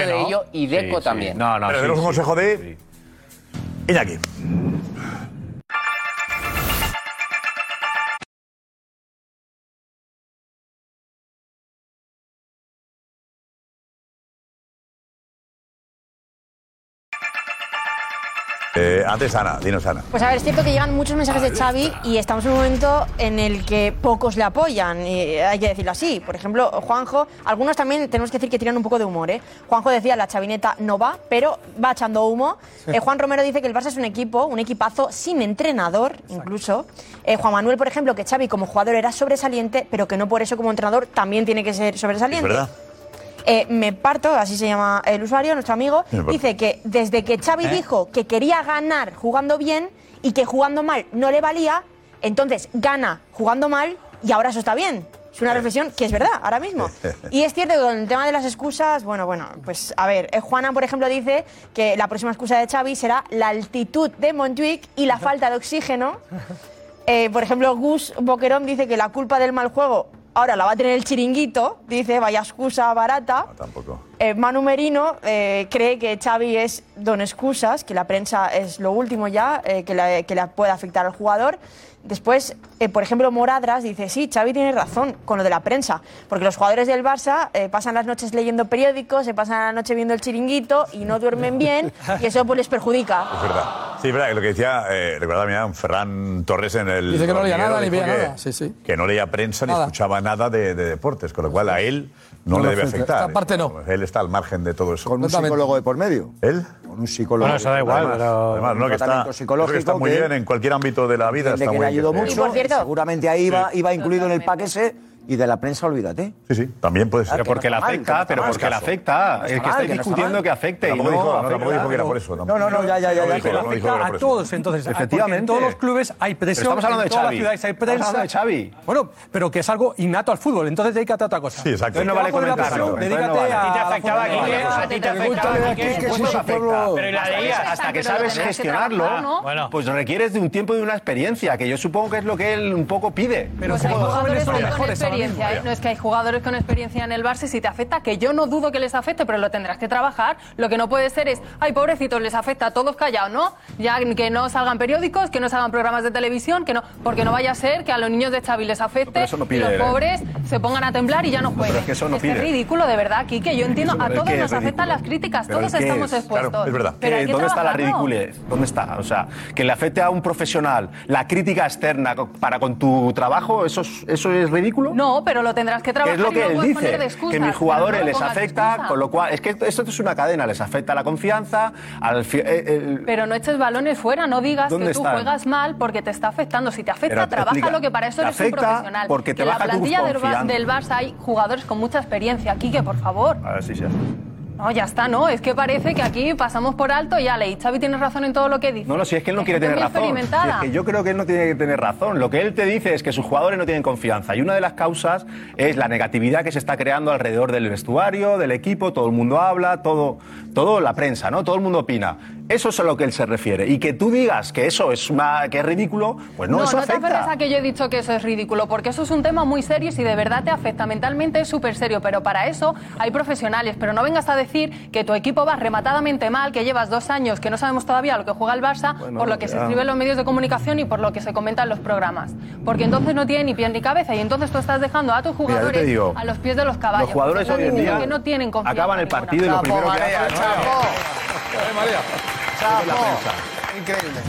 Speaker 12: ¿Por qué
Speaker 14: de
Speaker 12: no?
Speaker 14: ello y Deco
Speaker 12: Sí, sí.
Speaker 14: también.
Speaker 12: No, no,
Speaker 2: Pero
Speaker 12: sí,
Speaker 2: tenemos un
Speaker 12: sí.
Speaker 2: consejo de Iñaki. Eh, antes Ana, dinos Ana.
Speaker 3: Pues a ver, es cierto que llegan muchos mensajes de Xavi y estamos en un momento en el que pocos le apoyan, y hay que decirlo así. Por ejemplo, Juanjo, algunos también tenemos que decir que tiran un poco de humor, ¿eh? Juanjo decía, la chavineta no va, pero va echando humo. Eh, Juan Romero dice que el Barça es un equipo, un equipazo sin entrenador, incluso. Eh, Juan Manuel, por ejemplo, que Xavi como jugador era sobresaliente, pero que no por eso como entrenador también tiene que ser
Speaker 2: Es
Speaker 3: sobresaliente.
Speaker 2: verdad.
Speaker 3: Eh, me parto, así se llama el usuario, nuestro amigo,
Speaker 2: Me parto.
Speaker 3: dice que desde que Xavi
Speaker 2: ¿Eh?
Speaker 3: dijo que quería ganar jugando bien y que jugando mal no le valía, entonces gana jugando mal y ahora eso está bien. Es
Speaker 2: Eh.
Speaker 3: una reflexión que es verdad, ahora mismo. Y es cierto que con el tema de las excusas, bueno, bueno, pues a ver, eh, Juana, por ejemplo, dice que la próxima excusa de Xavi será la altitud de Montjuic y la falta de
Speaker 2: Ah.
Speaker 3: oxígeno. Eh, por ejemplo, Gus Boquerón dice que la culpa del mal juego ahora la va a tener el chiringuito, dice, vaya excusa barata.
Speaker 2: tampoco.
Speaker 3: Manu Merino eh, cree que Xavi es don excusas, que la prensa es lo último ya, eh, que, la, que la puede afectar al jugador. Después, eh, por ejemplo, Moradras dice, sí, Xavi tiene razón con lo de la prensa, porque los jugadores del Barça eh, pasan las noches leyendo periódicos, se pasan la noche viendo el chiringuito y no duermen bien, y eso pues les perjudica.
Speaker 2: Es verdad. Sí, es verdad, que lo que decía, eh, recordaba mira, Ferran Torres en el.
Speaker 13: Dice que no leía
Speaker 2: hormiguero,
Speaker 13: nada ni
Speaker 2: dijo
Speaker 13: veía
Speaker 2: que-
Speaker 13: nada. Sí, sí.
Speaker 2: Que no leía prensa ni
Speaker 13: Nada.
Speaker 2: escuchaba nada de, de deportes, con lo cual a él no,
Speaker 13: No
Speaker 2: le
Speaker 13: le
Speaker 2: debe
Speaker 13: afecta.
Speaker 2: afectar. Pues
Speaker 13: Esta parte no.
Speaker 2: Él está al margen de todo eso. Con
Speaker 13: un Totalmente. psicólogo
Speaker 2: de por medio. ¿Él? Con un psicólogo.
Speaker 13: Bueno, eso da igual,
Speaker 2: Además,
Speaker 13: pero-
Speaker 2: además, no, que está,
Speaker 13: tratamiento
Speaker 2: creo que
Speaker 13: psicológico
Speaker 2: está muy
Speaker 13: que-
Speaker 2: bien en cualquier ámbito de la vida.
Speaker 11: Entiende
Speaker 2: Está
Speaker 11: que
Speaker 2: muy
Speaker 11: le
Speaker 2: bien
Speaker 11: ayudó
Speaker 2: que-
Speaker 11: mucho. seguramente ahí iba, iba incluido en el pack ese y de la prensa olvídate.
Speaker 2: Sí, sí, también puede ser.
Speaker 11: Pero
Speaker 12: porque le afecta, pero porque le afecta. El que estáis discutiendo que afecte y
Speaker 2: Tampoco
Speaker 12: no
Speaker 2: dijo- no,
Speaker 12: afecta.
Speaker 2: tampoco dijo que era por eso.
Speaker 11: No, no, no, ya, ya, ya.
Speaker 2: No
Speaker 11: ya.
Speaker 2: dijo, no dijo que era
Speaker 10: afecta
Speaker 2: por
Speaker 10: a
Speaker 2: eso.
Speaker 10: todos, entonces. Porque en
Speaker 12: Efectivamente.
Speaker 10: todos los clubes hay
Speaker 12: Pero
Speaker 10: presión.
Speaker 12: estamos hablando
Speaker 10: en
Speaker 12: de
Speaker 10: todas
Speaker 12: Xavi.
Speaker 10: las ciudades hay
Speaker 12: Estamos
Speaker 10: prensa.
Speaker 12: hablando de Xavi.
Speaker 10: Bueno, pero que es algo innato al fútbol. Entonces dedícate a otra cosa. Sí,
Speaker 12: exacto. Entonces no vale comentarlo, entonces no
Speaker 10: Dedícate
Speaker 12: vale.
Speaker 10: a.
Speaker 12: A ti te
Speaker 10: la
Speaker 12: afectaba,
Speaker 10: fútbol.
Speaker 12: Quique, a ti te afectaba,
Speaker 10: Pregúntale a
Speaker 12: Quique,
Speaker 10: Quique
Speaker 12: ¿cuánto
Speaker 10: si
Speaker 12: te
Speaker 10: se
Speaker 12: afecta?
Speaker 10: pueblo-
Speaker 12: Pero la
Speaker 10: Hasta
Speaker 12: ley,
Speaker 10: que
Speaker 12: hasta que sabes
Speaker 10: trabajar,
Speaker 12: gestionarlo,
Speaker 10: ¿no? Bueno.
Speaker 12: pues requieres de un tiempo y de una experiencia, que yo supongo que es lo que él un poco pide. Pero
Speaker 10: Pues hay
Speaker 12: como
Speaker 10: jugadores
Speaker 12: jóvenes son
Speaker 10: que
Speaker 12: los mejores
Speaker 10: son
Speaker 12: ahora
Speaker 5: experiencia,
Speaker 12: mismo.
Speaker 5: ¿eh? No es que hay jugadores con experiencia en el Barça y si te afecta, que yo no dudo que les afecte, pero lo tendrás que trabajar. Lo que no puede ser es, ay, pobrecitos, les afecta a todos callados, ¿no? Ya que no salgan periódicos, que no salgan programas de televisión, que no, porque no vaya a ser que a los niños de Xavi les afecte
Speaker 12: Pero eso no
Speaker 5: y
Speaker 12: pide
Speaker 5: los
Speaker 12: él, ¿eh?
Speaker 5: pobres se pongan a temblar y ya no jueguen.
Speaker 12: Pero es que eso no
Speaker 5: es, que es
Speaker 12: pide.
Speaker 5: ridículo, de verdad, Kike. Yo entiendo, a
Speaker 12: pero
Speaker 5: todos
Speaker 12: ¿qué es
Speaker 5: nos afectan
Speaker 12: ridículo?
Speaker 5: las críticas,
Speaker 12: Pero
Speaker 5: todos
Speaker 12: ¿qué
Speaker 5: estamos
Speaker 12: es?
Speaker 5: expuestos.
Speaker 12: Claro, es verdad.
Speaker 5: Pero hay que
Speaker 12: ¿Dónde está la
Speaker 5: trabajarlo.
Speaker 12: ridiculez? ¿Dónde está? O sea, que le afecte a un profesional la crítica externa co- para con tu trabajo, ¿eso es, eso es ridículo?
Speaker 5: No, pero lo tendrás que
Speaker 12: Que
Speaker 5: trabajar.
Speaker 12: es lo
Speaker 5: y
Speaker 12: que
Speaker 5: no
Speaker 12: él
Speaker 5: puedes poner
Speaker 12: dice,
Speaker 5: de excusas,
Speaker 12: que mis
Speaker 5: pero
Speaker 12: jugadores
Speaker 5: no lo
Speaker 12: les
Speaker 5: pongas de
Speaker 12: afecta,
Speaker 5: excusa.
Speaker 12: con lo cual, es que esto, esto es una cadena, les afecta la confianza, al fi- eh, el-
Speaker 5: Pero no eches balones fuera, no digas que
Speaker 12: ¿Dónde
Speaker 5: tú
Speaker 12: están?
Speaker 5: juegas mal porque te está afectando. Si te afecta,
Speaker 12: Pero
Speaker 5: trabaja lo
Speaker 12: explica,
Speaker 5: que para eso
Speaker 12: te
Speaker 5: eres un
Speaker 12: afecta
Speaker 5: profesional.
Speaker 12: porque te
Speaker 5: que en la
Speaker 12: baja tu
Speaker 5: plantilla del, Bar-
Speaker 12: confianza.
Speaker 5: del Barça hay jugadores con mucha experiencia. Quique, por favor.
Speaker 12: A ver si se-
Speaker 5: No, ya está, no. Es que parece que aquí pasamos por alto y Ale, y Xavi tienes razón en todo lo que dice.
Speaker 12: No, no, si es que él no
Speaker 5: Es
Speaker 12: quiere
Speaker 5: gente
Speaker 12: tener
Speaker 5: muy
Speaker 12: razón. Si
Speaker 5: experimentada.
Speaker 12: es que yo creo que él no tiene que tener razón. Lo que él te dice es que sus jugadores no tienen confianza. Y una de las causas es la negatividad que se está creando alrededor del vestuario, del equipo. Todo el mundo habla, todo, todo la prensa, ¿no? Todo el mundo opina. Eso es a lo que él se refiere. Y que tú digas que eso es, una- que es ridículo, pues no,
Speaker 5: no,
Speaker 12: eso
Speaker 5: no te aferres
Speaker 12: afecta.
Speaker 5: a que yo he dicho que eso es ridículo, porque eso es un tema muy serio y si de verdad te afecta mentalmente es súper serio, pero para eso hay profesionales, pero no vengas a decir que tu equipo va rematadamente mal, que llevas dos años, que no sabemos todavía lo que juega el Barça,
Speaker 20: Bueno,
Speaker 5: por lo que se
Speaker 20: ya.
Speaker 5: escribe en los medios de comunicación y por lo que se comenta en los programas, porque entonces no tiene ni pie ni cabeza y entonces tú estás dejando a tus
Speaker 12: Mira, yo te
Speaker 5: jugadores
Speaker 12: digo,
Speaker 5: a los pies de los caballos,
Speaker 12: los jugadores
Speaker 5: porque
Speaker 12: hoy en
Speaker 5: están diciendo
Speaker 12: día
Speaker 5: que no tienen confianza
Speaker 12: Acaban el
Speaker 5: ninguna.
Speaker 12: partido y lo primero que hacen
Speaker 4: Chapo.
Speaker 12: la prensa.
Speaker 4: Increíble.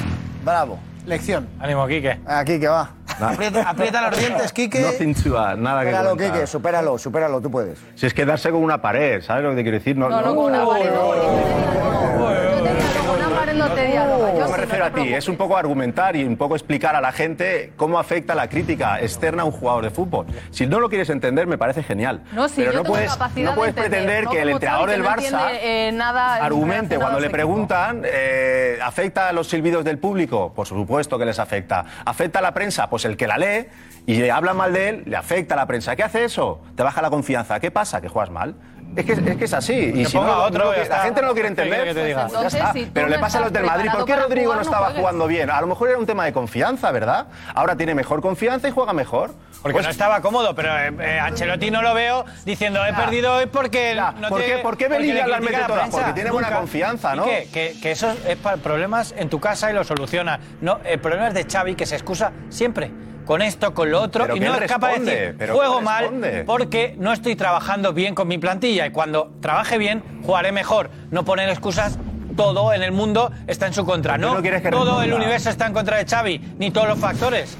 Speaker 4: Bravo. Lección.
Speaker 18: Ánimo, Quique.
Speaker 4: Aquí que Ah, va.
Speaker 2: Ah.
Speaker 4: Aprieta, aprieta los dientes, Quique.
Speaker 12: Nothing to add, nada que
Speaker 11: Supéralo,
Speaker 12: contar.
Speaker 11: Quique, supéralo, supéralo, tú puedes.
Speaker 12: Si es quedarse con una pared, ¿sabes lo que te quiero decir? No,
Speaker 5: No, no, con una pared no, Con Álvarez no te dialoga,
Speaker 12: No
Speaker 5: yo
Speaker 12: me
Speaker 5: sí, no
Speaker 12: refiero a ti, es un poco argumentar y un poco explicar a la gente cómo afecta la crítica externa a un jugador de fútbol. Si no lo quieres entender, me parece genial.
Speaker 5: No, sí,
Speaker 12: pero
Speaker 5: yo
Speaker 12: no
Speaker 5: tengo
Speaker 12: puedes,
Speaker 5: capacidad
Speaker 12: no puedes
Speaker 5: de entender,
Speaker 12: pretender
Speaker 5: ¿no?
Speaker 12: que el
Speaker 5: Como
Speaker 12: entrenador
Speaker 5: Xavi,
Speaker 12: del
Speaker 5: que no
Speaker 12: Barça
Speaker 5: entiende, eh, nada
Speaker 12: argumente
Speaker 5: relacionado
Speaker 12: cuando
Speaker 5: a
Speaker 12: le
Speaker 5: su equipo.
Speaker 12: preguntan, eh, ¿afecta a los silbidos del público? Por supuesto que les afecta. ¿Afecta a la prensa? Pues el que la lee y le habla mal de él, le afecta a la prensa. ¿Qué hace eso? Te baja la confianza. ¿Qué pasa? ¿Que juegas mal? Es que, es que es así. Y
Speaker 18: Que
Speaker 12: si no,
Speaker 18: ponga
Speaker 12: no
Speaker 18: otro,
Speaker 12: lo
Speaker 18: ya
Speaker 12: que-
Speaker 18: está.
Speaker 12: la gente no lo quiere
Speaker 18: ¿Qué quiere
Speaker 12: entender. pues
Speaker 18: que te diga?
Speaker 12: Ya
Speaker 18: Entonces,
Speaker 12: está.
Speaker 18: si tú
Speaker 12: Pero
Speaker 18: no
Speaker 12: le pasa a los
Speaker 18: estás
Speaker 12: del Madrid. ¿Por qué
Speaker 18: preparado para
Speaker 12: Rodrigo no
Speaker 18: jugar, no
Speaker 12: estaba
Speaker 18: juegues?
Speaker 12: jugando bien? A lo mejor era un tema de confianza, ¿verdad? Ahora tiene mejor confianza y juega mejor.
Speaker 18: Porque
Speaker 12: Pues-
Speaker 18: no estaba cómodo, pero eh, eh, Ancelotti no lo veo diciendo he perdido hoy porque. no
Speaker 12: Ah. ¿Por
Speaker 18: te-
Speaker 12: qué- por qué
Speaker 18: porque le
Speaker 12: Bellingham las
Speaker 18: critica
Speaker 12: mete
Speaker 18: la
Speaker 12: todas?
Speaker 18: prensa.
Speaker 12: Porque tiene buena confianza,
Speaker 18: ¿Y
Speaker 12: ¿no?
Speaker 18: qué? Que, que eso es para problemas en tu casa y lo soluciona. No, el problema es de Xavi que se excusa siempre con esto, con lo otro
Speaker 12: Pero
Speaker 18: y
Speaker 12: que
Speaker 18: no
Speaker 12: él
Speaker 18: es capaz de
Speaker 12: responde,
Speaker 18: decir
Speaker 12: pero que
Speaker 18: juego
Speaker 12: él
Speaker 18: mal
Speaker 12: responde".
Speaker 18: porque no estoy trabajando bien con mi plantilla y cuando trabaje bien jugaré mejor. No poner excusas. Todo en el mundo está en su contra,
Speaker 12: ¿Por qué
Speaker 18: ¿no?
Speaker 12: no quieres que
Speaker 18: todo el
Speaker 12: responda?
Speaker 18: universo está en contra de Xavi, ni todos los factores.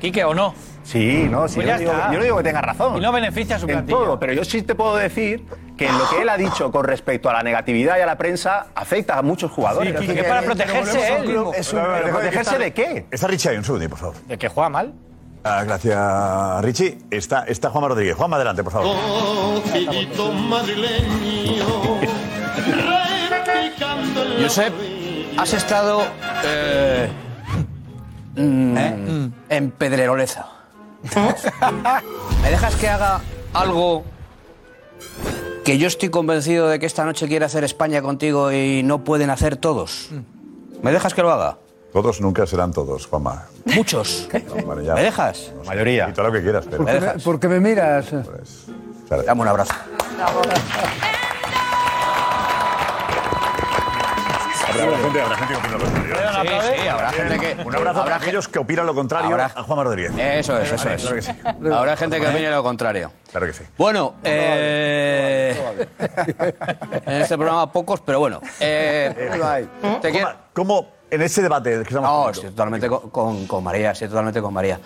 Speaker 18: Quique, ¿o no?
Speaker 12: Sí, no, sí,
Speaker 18: Pues ya
Speaker 12: yo, no digo,
Speaker 18: está.
Speaker 12: yo no digo que tenga razón.
Speaker 18: Y no beneficia a su
Speaker 12: en
Speaker 18: plantilla.
Speaker 12: todo, pero yo sí te puedo decir que en lo que él ha dicho con respecto a la negatividad y a la prensa afecta a muchos jugadores.
Speaker 2: Sí,
Speaker 12: Pero
Speaker 2: Quique,
Speaker 12: que-
Speaker 2: para
Speaker 12: que
Speaker 2: protegerse
Speaker 12: volvemos a un
Speaker 2: él.
Speaker 12: club- es un-
Speaker 2: Pero,
Speaker 12: ¿Pero
Speaker 2: pero,
Speaker 12: protegerse
Speaker 2: está-
Speaker 12: de qué?
Speaker 2: Está Richie ahí, un segundo, por favor.
Speaker 18: De que juega mal.
Speaker 2: Ah, gracias, Richie. Está, está Juanma Rodríguez. Juanma, adelante, por favor.
Speaker 21: Cogidito madrileño, replicando en la
Speaker 15: Josep, has estado eh, mm, en Pedreroleza. ¿Me dejas que haga algo que yo estoy convencido de que esta noche quiere hacer España contigo y no pueden hacer todos? ¿Me dejas que lo haga?
Speaker 2: Todos nunca serán todos, Juanma.
Speaker 15: Muchos.
Speaker 2: Bueno, ya. ¿Me dejas? mayoría. Y todo lo que quieras, pero.
Speaker 9: Porque me, porque me miras.
Speaker 15: Dame un abrazo.
Speaker 2: Habrá gente, habrá gente que opina lo contrario.
Speaker 15: sí, habrá gente que-
Speaker 2: Un abrazo
Speaker 15: habrá
Speaker 2: para aquellos que opinan lo contrario a Juanma Rodríguez.
Speaker 15: Eso es, eso
Speaker 2: Vale,
Speaker 15: es.
Speaker 2: claro que sí.
Speaker 15: Habrá gente que opine lo contrario.
Speaker 2: Claro que sí.
Speaker 15: Bueno, eh, en este programa pocos, pero bueno. eh, te quiero-
Speaker 2: ¿Cómo en ese debate que estamos
Speaker 15: No, estoy totalmente con, con- con María, estoy totalmente con María.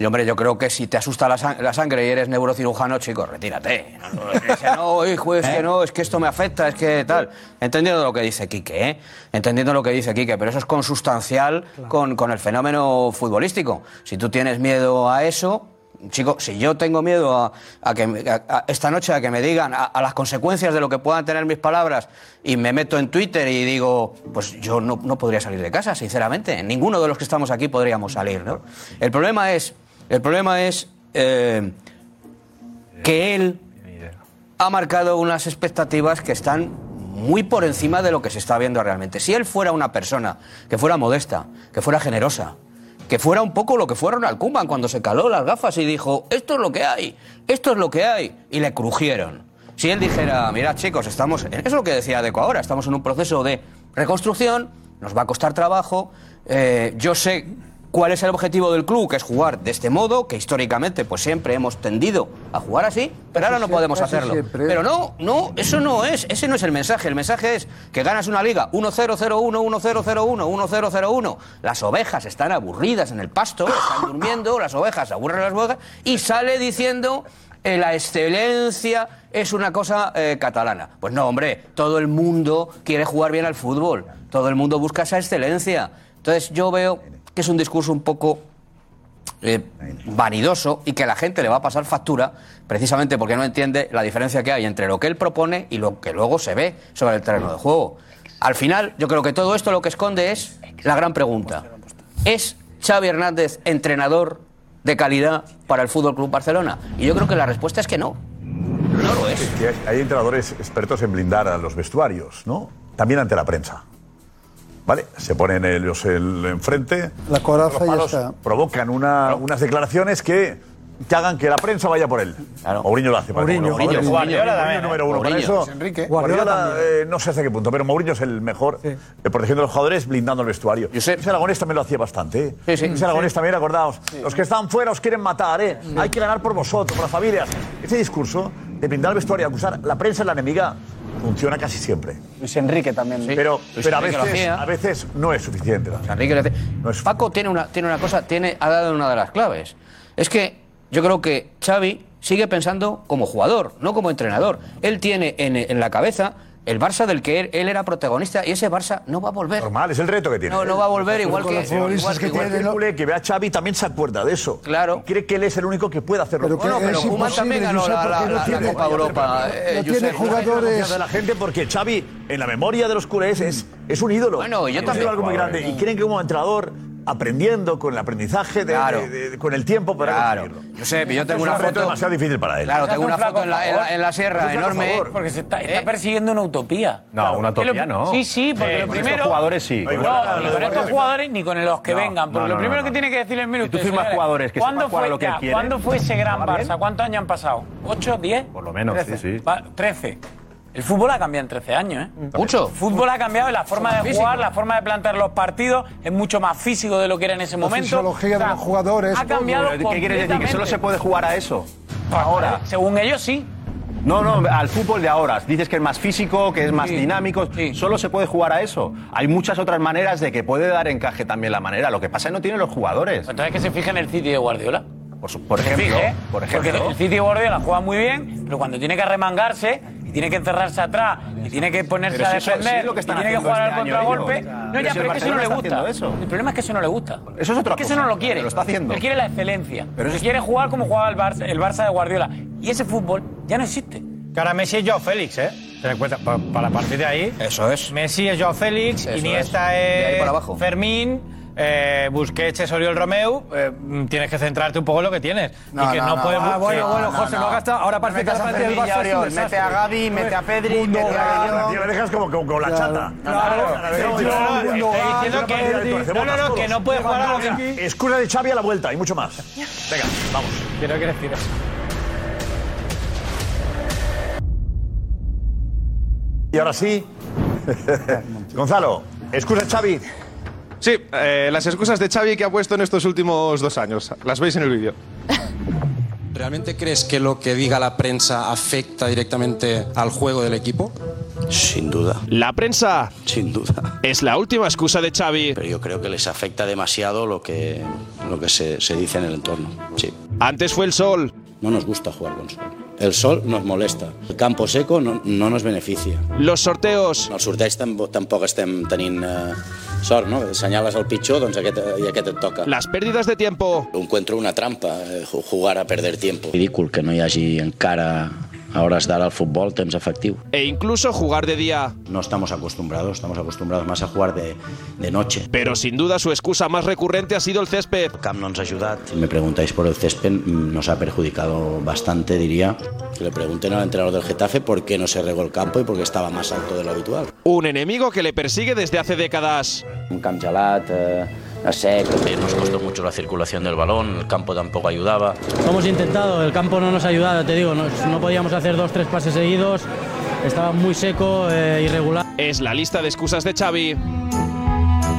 Speaker 15: Y hombre, yo creo que si te asusta la, sang- la sangre y eres neurocirujano, chico, retírate. No, no, dice, No, hijo, es que no, es que esto me afecta, es que tal. Entendiendo lo que dice Quique, ¿eh? Entendiendo lo que dice Quique, pero eso es consustancial con, con el fenómeno futbolístico. Si tú tienes miedo a eso, Chico, si yo tengo miedo a, a que me- a- a esta noche a que me digan a, a las consecuencias de lo que puedan tener mis palabras y me meto en Twitter y digo, pues yo no, no podría salir de casa, sinceramente. Ninguno de los que estamos aquí podríamos salir, ¿no? El problema es, el problema es eh, que él ha marcado unas expectativas que están muy por encima de lo que se está viendo realmente. Si él fuera una persona que fuera modesta, que fuera generosa, que fuera un poco lo que fueron al Kuman cuando se caló las gafas y dijo, esto es lo que hay, esto es lo que hay, y le crujieron. Si él dijera, mira chicos, estamos, en-". eso es lo que decía Deco ahora, estamos en un proceso de reconstrucción, nos va a costar trabajo, eh, yo sé cuál es el objetivo del club, que es jugar de este modo, que históricamente pues siempre hemos tendido a jugar así, pero ahora no
Speaker 9: siempre,
Speaker 15: podemos
Speaker 9: casi
Speaker 15: hacerlo.
Speaker 9: siempre.
Speaker 15: Pero no, no, eso no es, ese no es el mensaje. El mensaje es que ganas una liga 1-0-0-1, 1-0-0-1, 1-0-0-1. Las ovejas están aburridas en el pasto, están durmiendo, las ovejas se aburren las ovejas y sale diciendo eh, la excelencia es una cosa eh, catalana. Pues no, hombre, todo el mundo quiere jugar bien al fútbol, todo el mundo busca esa excelencia. Entonces yo veo que es un discurso un poco eh, vanidoso y que la gente le va a pasar factura precisamente porque no entiende la diferencia que hay entre lo que él propone y lo que luego se ve sobre el terreno de juego. Al final, yo creo que todo esto lo que esconde es la gran pregunta. ¿Es Xavi Hernández entrenador de calidad para el Fútbol Club Barcelona? Y yo creo que la respuesta es que no.
Speaker 2: Es que hay- hay entrenadores expertos en blindar a los vestuarios, ¿no? También ante la prensa. ¿Vale? Se ponen ellos el, enfrente.
Speaker 9: La coraza ya
Speaker 2: palos
Speaker 9: está.
Speaker 2: Provocan una- unas declaraciones que, que hagan que la prensa vaya por él. Mourinho lo hace. para
Speaker 9: Mourinho.
Speaker 2: algunos jugadores.
Speaker 9: Mourinho.
Speaker 2: Mourinho
Speaker 9: Guardiola
Speaker 2: número
Speaker 9: también,
Speaker 2: uno.
Speaker 9: ¿eh?
Speaker 2: Para
Speaker 9: Luis
Speaker 2: eso,
Speaker 9: Enrique.
Speaker 2: Guardiola,
Speaker 9: Guardiola también.
Speaker 2: eh, no sé hasta qué punto, pero Mourinho es el mejor eh, protegiendo a los jugadores, blindando el vestuario. Luis Aragonés también lo hacía bastante. ¿eh?
Speaker 22: sí.
Speaker 2: Luis Aragonés también, acordaos. Los que están fuera os quieren matar, ¿eh? Hay que ganar por vosotros, por las familias. Ese discurso de blindar el vestuario, acusar la prensa es la enemiga, funciona casi siempre.
Speaker 4: Luis Enrique también.
Speaker 2: Pero,
Speaker 15: Luis
Speaker 2: pero a,
Speaker 15: Enrique lo
Speaker 2: veces,
Speaker 15: hacía.
Speaker 2: a veces no es suficiente. la-
Speaker 15: Enrique le hace- Paco tiene una, tiene una cosa, tiene, ha dado una de las claves. Es que yo creo que Xavi sigue pensando como jugador, no como entrenador. Él tiene en, en la cabeza el Barça del que él, él era protagonista y ese Barça no va a volver.
Speaker 2: Normal, es el reto que tiene.
Speaker 15: No, no va a volver igual que...
Speaker 2: Igual,
Speaker 15: igual-
Speaker 2: que,
Speaker 15: igual
Speaker 2: el culé que ve a Xavi también se acuerda de eso. Claro. cree que él es el único que puede hacerlo.
Speaker 15: Pero que Bueno, pero es Koeman también imposible, ganó Josep, la- la- porque no la- la tiene- Copa Europa, eh, no tiene Josep. jugadores-
Speaker 2: de la gente porque Xavi en la memoria de los culés es, es un ídolo.
Speaker 15: Bueno, yo
Speaker 2: Es
Speaker 15: también.
Speaker 2: algo muy grande y creen que como entrenador aprendiendo con el aprendizaje de-
Speaker 15: Claro.
Speaker 2: de- de- con el tiempo para
Speaker 15: Claro.
Speaker 2: conseguirlo.
Speaker 15: Josep, yo tengo
Speaker 2: Es
Speaker 15: una
Speaker 2: un reto
Speaker 15: foto-
Speaker 2: demasiado difícil para él.
Speaker 15: Claro, tengo una foto en la, en la- en la
Speaker 8: Es
Speaker 15: sierra
Speaker 8: un flaco
Speaker 15: enorme. ¿eh?
Speaker 8: favor, Porque se está, está persiguiendo una utopía.
Speaker 12: No, una utopía
Speaker 8: Es lo-
Speaker 12: no.
Speaker 8: Sí, sí, porque
Speaker 12: Eh,
Speaker 8: lo
Speaker 12: con
Speaker 8: primero.
Speaker 12: estos jugadores sí.
Speaker 8: No,
Speaker 12: Igual,
Speaker 8: ni
Speaker 12: lo
Speaker 8: con
Speaker 12: de
Speaker 8: estos
Speaker 12: Barça.
Speaker 8: jugadores ni con los que
Speaker 12: No,
Speaker 8: vengan. Porque
Speaker 12: no,
Speaker 8: lo
Speaker 12: no,
Speaker 8: primero
Speaker 12: no,
Speaker 8: que
Speaker 12: no.
Speaker 8: tiene que decir el
Speaker 12: Si
Speaker 8: minuto.
Speaker 12: tú firmas
Speaker 8: señores,
Speaker 12: jugadores que sepan
Speaker 8: ¿cuándo
Speaker 12: jugar
Speaker 8: fue,
Speaker 12: a lo que
Speaker 8: ya,
Speaker 12: quieren?
Speaker 8: ¿Cuándo fue ese gran
Speaker 12: ¿Va bien?
Speaker 8: Barça? ¿Cuántos años han pasado? ¿8, 10? Por
Speaker 12: lo menos, sí, Mm. sí.
Speaker 8: 13. El fútbol ha cambiado en 13 años, ¿eh?
Speaker 15: Mucho.
Speaker 8: El fútbol ha cambiado en la forma de
Speaker 15: Físico.
Speaker 8: jugar, la forma de plantear los partidos, es mucho más físico de lo que era en ese
Speaker 9: La
Speaker 8: momento.
Speaker 9: fisiología de
Speaker 8: O sea,
Speaker 9: los jugadores.
Speaker 8: Ha cambiado
Speaker 12: ¿Qué quiere decir? ¿Que solo se puede jugar a eso?
Speaker 8: Ahora. Según ellos, sí.
Speaker 12: No, no, al fútbol de ahora. Dices que es más físico, que es más dinámico. Solo se puede jugar a eso. Hay muchas otras maneras de que puede dar encaje también la manera. Lo que pasa es que no tienen los jugadores.
Speaker 8: Entonces que se fije en el City de Guardiola.
Speaker 12: Por, su- por ejemplo,
Speaker 8: Fije, ¿eh?
Speaker 12: por ejemplo.
Speaker 8: Porque el City de Guardiola juega muy bien, pero cuando tiene que arremangarse y tiene que encerrarse atrás y tiene que ponerse
Speaker 12: Pero
Speaker 8: a
Speaker 12: si eso-
Speaker 8: defender
Speaker 12: si es lo que están
Speaker 8: y tiene que
Speaker 12: haciendo
Speaker 8: jugar al
Speaker 12: este año
Speaker 8: contragolpe,
Speaker 12: ellos.
Speaker 8: no
Speaker 12: Pero
Speaker 8: ya,
Speaker 12: si
Speaker 8: pero
Speaker 12: el
Speaker 8: es que eso no le
Speaker 12: Barcelona está
Speaker 8: gusta.
Speaker 12: haciendo eso.
Speaker 8: El problema es que eso no le gusta.
Speaker 12: Eso es otra
Speaker 8: que
Speaker 12: cosa,
Speaker 8: eso no lo quiere.
Speaker 12: pero lo está haciendo.
Speaker 8: Él quiere la excelencia.
Speaker 12: Pero eso
Speaker 8: Él
Speaker 12: es-
Speaker 8: quiere jugar como jugaba el Barça, el Barça de Guardiola y ese fútbol ya no existe.
Speaker 18: Que ahora Messi es Joao Félix, ¿eh? Ten en cuenta, pa- para partir de ahí. Eso es. Messi es Joao Félix,
Speaker 15: Eso
Speaker 18: Iniesta
Speaker 15: es.
Speaker 18: es,
Speaker 15: De ahí para abajo.
Speaker 18: Fermín, eh, Busquets es Oriol Romeu. eh, mm, tienes que centrarte un poco en lo que tienes.
Speaker 10: No,
Speaker 18: y que
Speaker 10: no,
Speaker 18: no,
Speaker 10: no.
Speaker 18: puedes.
Speaker 10: Ah, bueno,
Speaker 18: Sí.
Speaker 10: bueno, José, no hagas ta- ahora parece que
Speaker 18: metas
Speaker 10: la
Speaker 18: a
Speaker 10: plantilla del
Speaker 18: Fermín y
Speaker 10: Barça es un
Speaker 18: Oriol, mete
Speaker 10: desastre.
Speaker 18: a Gavi, mete a Pedri,
Speaker 10: Mundo,
Speaker 18: mete a
Speaker 10: Gavi.
Speaker 18: Gavi.
Speaker 2: Tío, me dejas como, como- como la chata.
Speaker 18: Estoy diciendo que. No, no, no, que no puedes jugar a lo que.
Speaker 2: Excusa de Xavi a la vuelta y mucho más. Venga, vamos.
Speaker 18: Quiero que decir eso.
Speaker 2: Y ahora sí, Gonzalo, excusa Xavi.
Speaker 20: Sí, eh, las excusas de Xavi que ha puesto en estos últimos dos años. Las veis en el vídeo.
Speaker 23: ¿Realmente crees que lo que diga la prensa afecta directamente al juego del equipo?
Speaker 1: Sin duda.
Speaker 20: La prensa
Speaker 1: Sin duda.
Speaker 20: es la última excusa de Xavi.
Speaker 1: Pero yo creo que les afecta demasiado lo que, lo que se, se dice en el entorno. Sí.
Speaker 20: Antes fue el sol.
Speaker 1: No nos gusta jugar con sol. El sol nos molesta. El campo seco no, no nos beneficia.
Speaker 20: Los sorteos.
Speaker 1: Els sorteig tampoc, tampoc estem tenint eh, sort, no? Senyales el pitjor doncs aquest, i aquest et toca.
Speaker 20: Las pérdidas de tiempo.
Speaker 1: Encuentro una trampa, eh, ju- jugar a perder tiempo. Ridícul que no hi hagi encara a hores d'ara al futbol temps efectiu.
Speaker 20: E incluso jugar de día.
Speaker 1: No estamos acostumbrados, estamos acostumbrados más a jugar de, de noche.
Speaker 20: Pero sin duda su excusa más recurrente ha sido el césped.
Speaker 1: Camp no ens ha ajudat. Si me preguntáis por el césped, mm, nos ha perjudicado bastante, diría. Que le pregunten al entrenador del Getafe por qué no se regó el campo y por qué estaba más alto de lo habitual.
Speaker 20: Un enemigo que le persigue desde hace décadas.
Speaker 1: Un camp gelat, eh, sec. Nos costó mucho la circulación del balón, el campo tampoco ayudaba.
Speaker 24: Lo hemos intentado, el campo no nos ha ayudado, te digo, nos- no podíamos hacer dos, tres pases seguidos, estaba muy seco, eh, irregular.
Speaker 20: Es la lista de excusas de Xavi.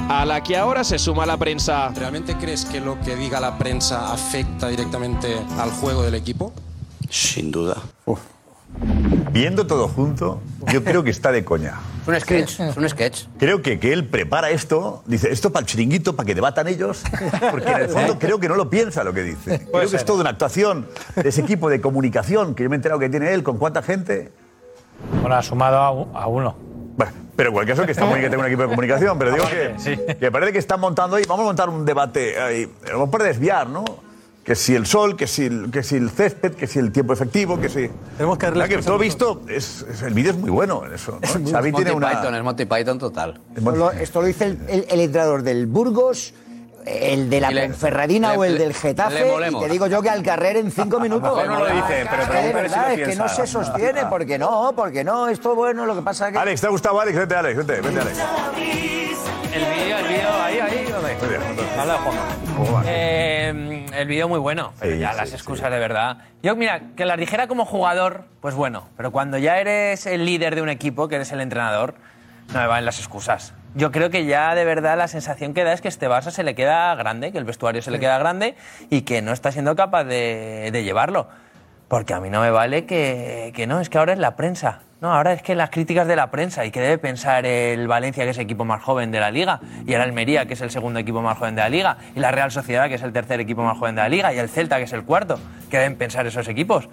Speaker 20: A la que ahora se suma la prensa.
Speaker 23: ¿Realmente crees que lo que diga la prensa afecta directamente al juego del equipo?
Speaker 1: Sin duda.
Speaker 2: Viendo todo junto, yo creo que está de coña.
Speaker 15: Es un sketch, es un sketch.
Speaker 2: Creo que, que él prepara esto, dice esto para el chiringuito, para que debatan ellos, porque en el fondo creo que no lo piensa lo que dice. Creo que es toda una actuación de ese equipo de comunicación que yo me he enterado que tiene él, con cuánta gente.
Speaker 18: Bueno, ha sumado a, u- a uno.
Speaker 2: Bueno, pero en cualquier caso que está muy bien que tenga un equipo de comunicación, pero digo que, que parece que están montando ahí, vamos a montar un debate ahí, vamos para desviar, ¿no? Que si el sol, que si el, que si el césped, que si el tiempo efectivo, que si... Tenemos que arreglar. todo visto, es, es- el vídeo es muy bueno en eso. ¿no? Xavi
Speaker 15: es
Speaker 2: tiene
Speaker 15: Monty
Speaker 2: una...
Speaker 15: Python, es Monty Python total.
Speaker 11: Esto lo, esto lo dice el, el- el entrenador del Burgos, el de la
Speaker 15: Y le-
Speaker 11: Ferradina
Speaker 15: le-
Speaker 11: o el
Speaker 15: le-
Speaker 11: del Getafe.
Speaker 15: le molemos.
Speaker 11: y te digo yo que al carrer en cinco minutos.
Speaker 15: Mejor no lo dice, pero
Speaker 11: Es que de
Speaker 15: pregúntale si
Speaker 11: verdad,
Speaker 15: lo
Speaker 11: es que
Speaker 15: piensa.
Speaker 11: no se sostiene, porque no, porque no, esto bueno, lo que pasa que.
Speaker 2: Alex, ¿te ha gustado, Alex? Vente, Alex, vente, vente, Alex.
Speaker 17: el vídeo, el vídeo, ahí, ahí, ¿dónde? Habla de Juanma. Eh, el vídeo muy bueno, pero
Speaker 22: Sí,
Speaker 17: ya
Speaker 22: sí,
Speaker 17: las excusas de verdad. Yo, mira, que las dijera como jugador, pues bueno, pero cuando ya eres el líder de un equipo, que eres el entrenador, no me van las excusas. Yo creo que ya de verdad la sensación que da es que este Barça se le queda grande, que el vestuario se le queda grande y que no está siendo capaz de, de llevarlo. Porque a mí no me vale que, que no, es que ahora es la prensa. No, ahora es que las críticas de la prensa y que debe pensar el Valencia, que es el equipo más joven de la liga, y el Almería, que es el segundo equipo más joven de la liga, y la Real Sociedad, que es el tercer equipo más joven de la liga, y el Celta, que es el cuarto, que deben pensar esos equipos,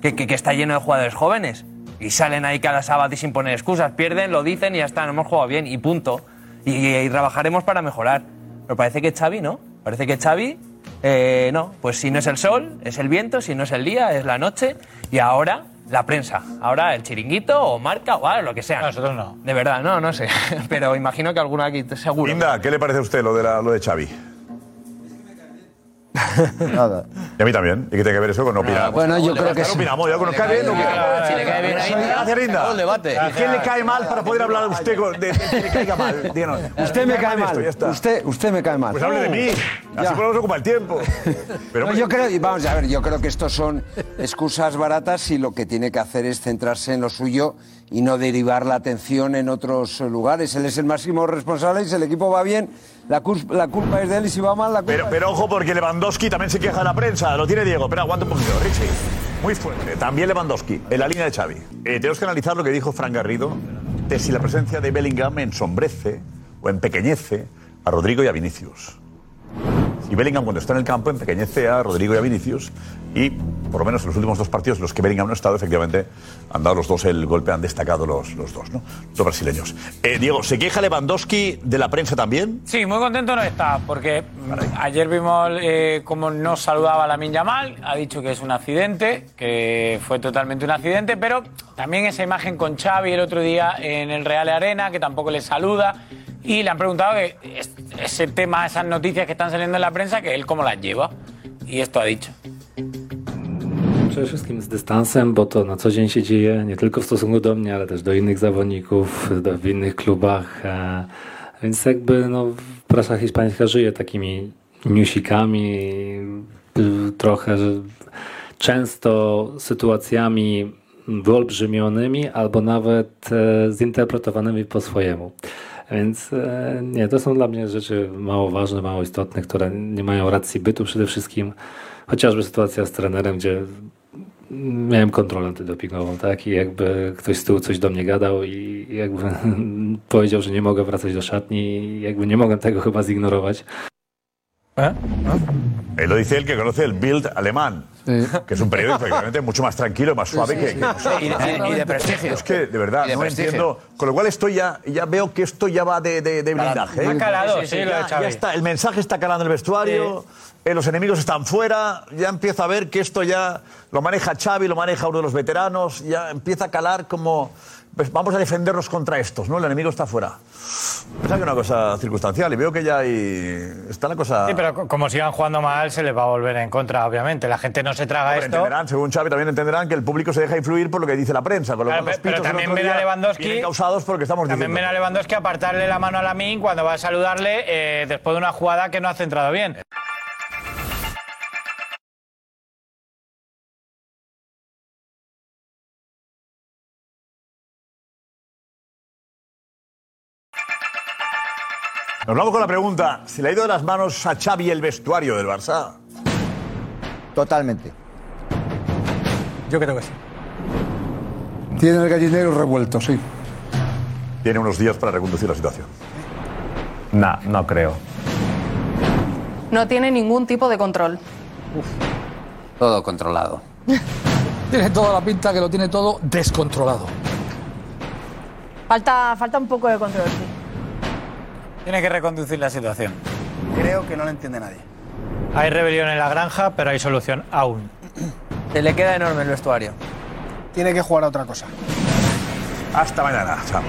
Speaker 17: que, que- que está lleno de jugadores jóvenes. Y salen ahí cada sábado y sin poner excusas, pierden, lo dicen y ya está, no hemos jugado bien, y punto. Y, y- y trabajaremos para mejorar. Pero parece que Xavi, ¿no? Parece que Xavi eh, no, pues si no es el sol, es el viento, si no es el día, es la noche. Y ahora la prensa, ahora el chiringuito o marca o algo, lo que sea. Nosotros no. De verdad, no, no sé. Pero imagino que alguna aquí seguro.
Speaker 2: Linda, ¿qué le parece a usted lo de, la, lo de Xavi?
Speaker 4: Nada.
Speaker 2: Y a mí también. ¿Y qué tiene que ver eso con opinar?
Speaker 4: Ah, bueno, yo creo que
Speaker 2: sí.
Speaker 4: sí.
Speaker 2: opinamos, ya con
Speaker 4: Si
Speaker 2: cae
Speaker 4: le
Speaker 2: bien o
Speaker 4: cae bien a Linda,
Speaker 2: qué?
Speaker 4: si le cae bien a Linda,
Speaker 2: Gracias,
Speaker 4: se
Speaker 2: Linda.
Speaker 4: acabó el debate.
Speaker 2: ¿Y quién le cae mal para poder hablar a usted con- de, de que le caiga mal? Díganos.
Speaker 6: Usted me cae
Speaker 2: esto,
Speaker 6: mal.
Speaker 2: ya está.
Speaker 6: Usted, usted me cae mal.
Speaker 2: Pues hable de mí. Así podemos ocupar el tiempo. Pero eh,
Speaker 6: No, yo creo, y vamos a ver, yo creo que estos son excusas baratas y lo que tiene que hacer es centrarse en lo suyo y no derivar la atención en otros eh, lugares. Él es el máximo responsable y si el equipo va bien, la, cus- la culpa es de él y si va mal, la culpa
Speaker 2: Pero,
Speaker 6: es
Speaker 2: pero ojo, porque Lewandowski también se queja a la prensa. Lo tiene Diego. Pero aguanta un poquito, Richie. Muy fuerte. También Lewandowski, en la línea de Xavi. Eh, tenemos que analizar lo que dijo Fran Garrido de si la presencia de Bellingham ensombrece o empequeñece a Rodrigo y a Vinicius. Y Bellingham cuando está en el campo empequeñece a Rodrigo y a Vinicius. Y por lo menos en los últimos dos partidos, en los que Bellingham no ha estado, efectivamente, han dado los dos el golpe, han destacado los, los dos, ¿no? Los brasileños. Eh, Diego, ¿se queja Lewandowski de la prensa también?
Speaker 8: Sí, muy contento no está, porque mm, ayer vimos eh, cómo no saludaba a la Yamal, ha dicho que es un accidente, que fue totalmente un accidente, pero también esa imagen con Xavi el otro día en el Real Arena, que tampoco le saluda, y le han preguntado que es- ese tema, esas noticias que están saliendo en la prensa, que él cómo las lleva, y esto ha dicho.
Speaker 7: Przede wszystkim z dystansem, bo to na co dzień się dzieje nie tylko w stosunku do mnie, ale też do innych zawodników, do, w innych klubach. E, więc jakby no, prasa hiszpańska żyje takimi newsikami, y, trochę że często sytuacjami wyolbrzymionymi albo nawet e, zinterpretowanymi po swojemu. Więc e, nie, to są dla mnie rzeczy mało ważne, mało istotne, które nie mają racji bytu przede wszystkim. Chociażby sytuacja z trenerem, gdzie miałem kontrolę antydopingową, tak? I jakby ktoś z tyłu coś do mnie gadał i jakby powiedział, że nie mogę wracać do szatni i jakby nie mogę tego chyba zignorować.
Speaker 2: Eh, lo dice él que conoce el Bild alemán, que es un periódico efectivamente mucho más tranquilo, más suave
Speaker 11: Sí,
Speaker 2: que...
Speaker 11: sí.
Speaker 2: que nosotros.
Speaker 11: Y de- y de prestigio.
Speaker 2: Es que, de verdad,
Speaker 11: Y de
Speaker 2: no
Speaker 11: prestigio.
Speaker 2: entiendo. Con lo cual estoy ya, ya veo que esto ya va de, de, de blindaje. ¿eh?
Speaker 8: Ha calado, sí, lo de
Speaker 2: ya,
Speaker 8: Xavi.
Speaker 2: ya está, el mensaje está calando en el vestuario, eh, los enemigos están fuera, ya empieza a ver que esto ya lo maneja Xavi, lo maneja uno de los veteranos, ya empieza a calar como... pues vamos a defendernos contra estos, ¿no? El enemigo está fuera. Pensaba que era una cosa circunstancial y veo que ya hay... Está la cosa...
Speaker 18: Sí, pero co- como sigan jugando mal, se les va a volver en contra, obviamente. La gente no se traga
Speaker 2: Pero
Speaker 18: esto.
Speaker 2: entenderán, según Xavi, también entenderán que el público se deja influir por lo que dice la prensa. Con lo cual
Speaker 18: Claro,
Speaker 2: los
Speaker 18: pero
Speaker 2: pitos el
Speaker 18: también
Speaker 2: otro
Speaker 18: ven a
Speaker 2: día
Speaker 18: Lewandowski-
Speaker 2: vienen causados por lo que estamos
Speaker 18: También ven
Speaker 2: diciendo.
Speaker 18: a Lewandowski a apartarle la mano a Lamin cuando va a saludarle eh, después de una jugada que no ha centrado bien.
Speaker 2: Nos vamos con la pregunta. ¿Se le ha ido de las manos a Xavi el vestuario del Barça?
Speaker 11: Totalmente.
Speaker 10: Yo creo que sí.
Speaker 9: Tiene el gallinero revuelto, sí.
Speaker 2: Tiene unos días para reconducir la situación.
Speaker 12: No, no creo.
Speaker 5: No tiene ningún tipo de control.
Speaker 14: Todo controlado.
Speaker 13: Tiene toda la pinta que lo tiene todo descontrolado.
Speaker 3: Falta, falta un poco de control, sí.
Speaker 8: Tiene que reconducir la situación.
Speaker 4: Creo que no lo entiende nadie.
Speaker 18: Hay rebelión en la granja, pero hay solución aún.
Speaker 17: Se le queda enorme el vestuario.
Speaker 4: Tiene que jugar a otra cosa.
Speaker 2: Hasta mañana. Chao.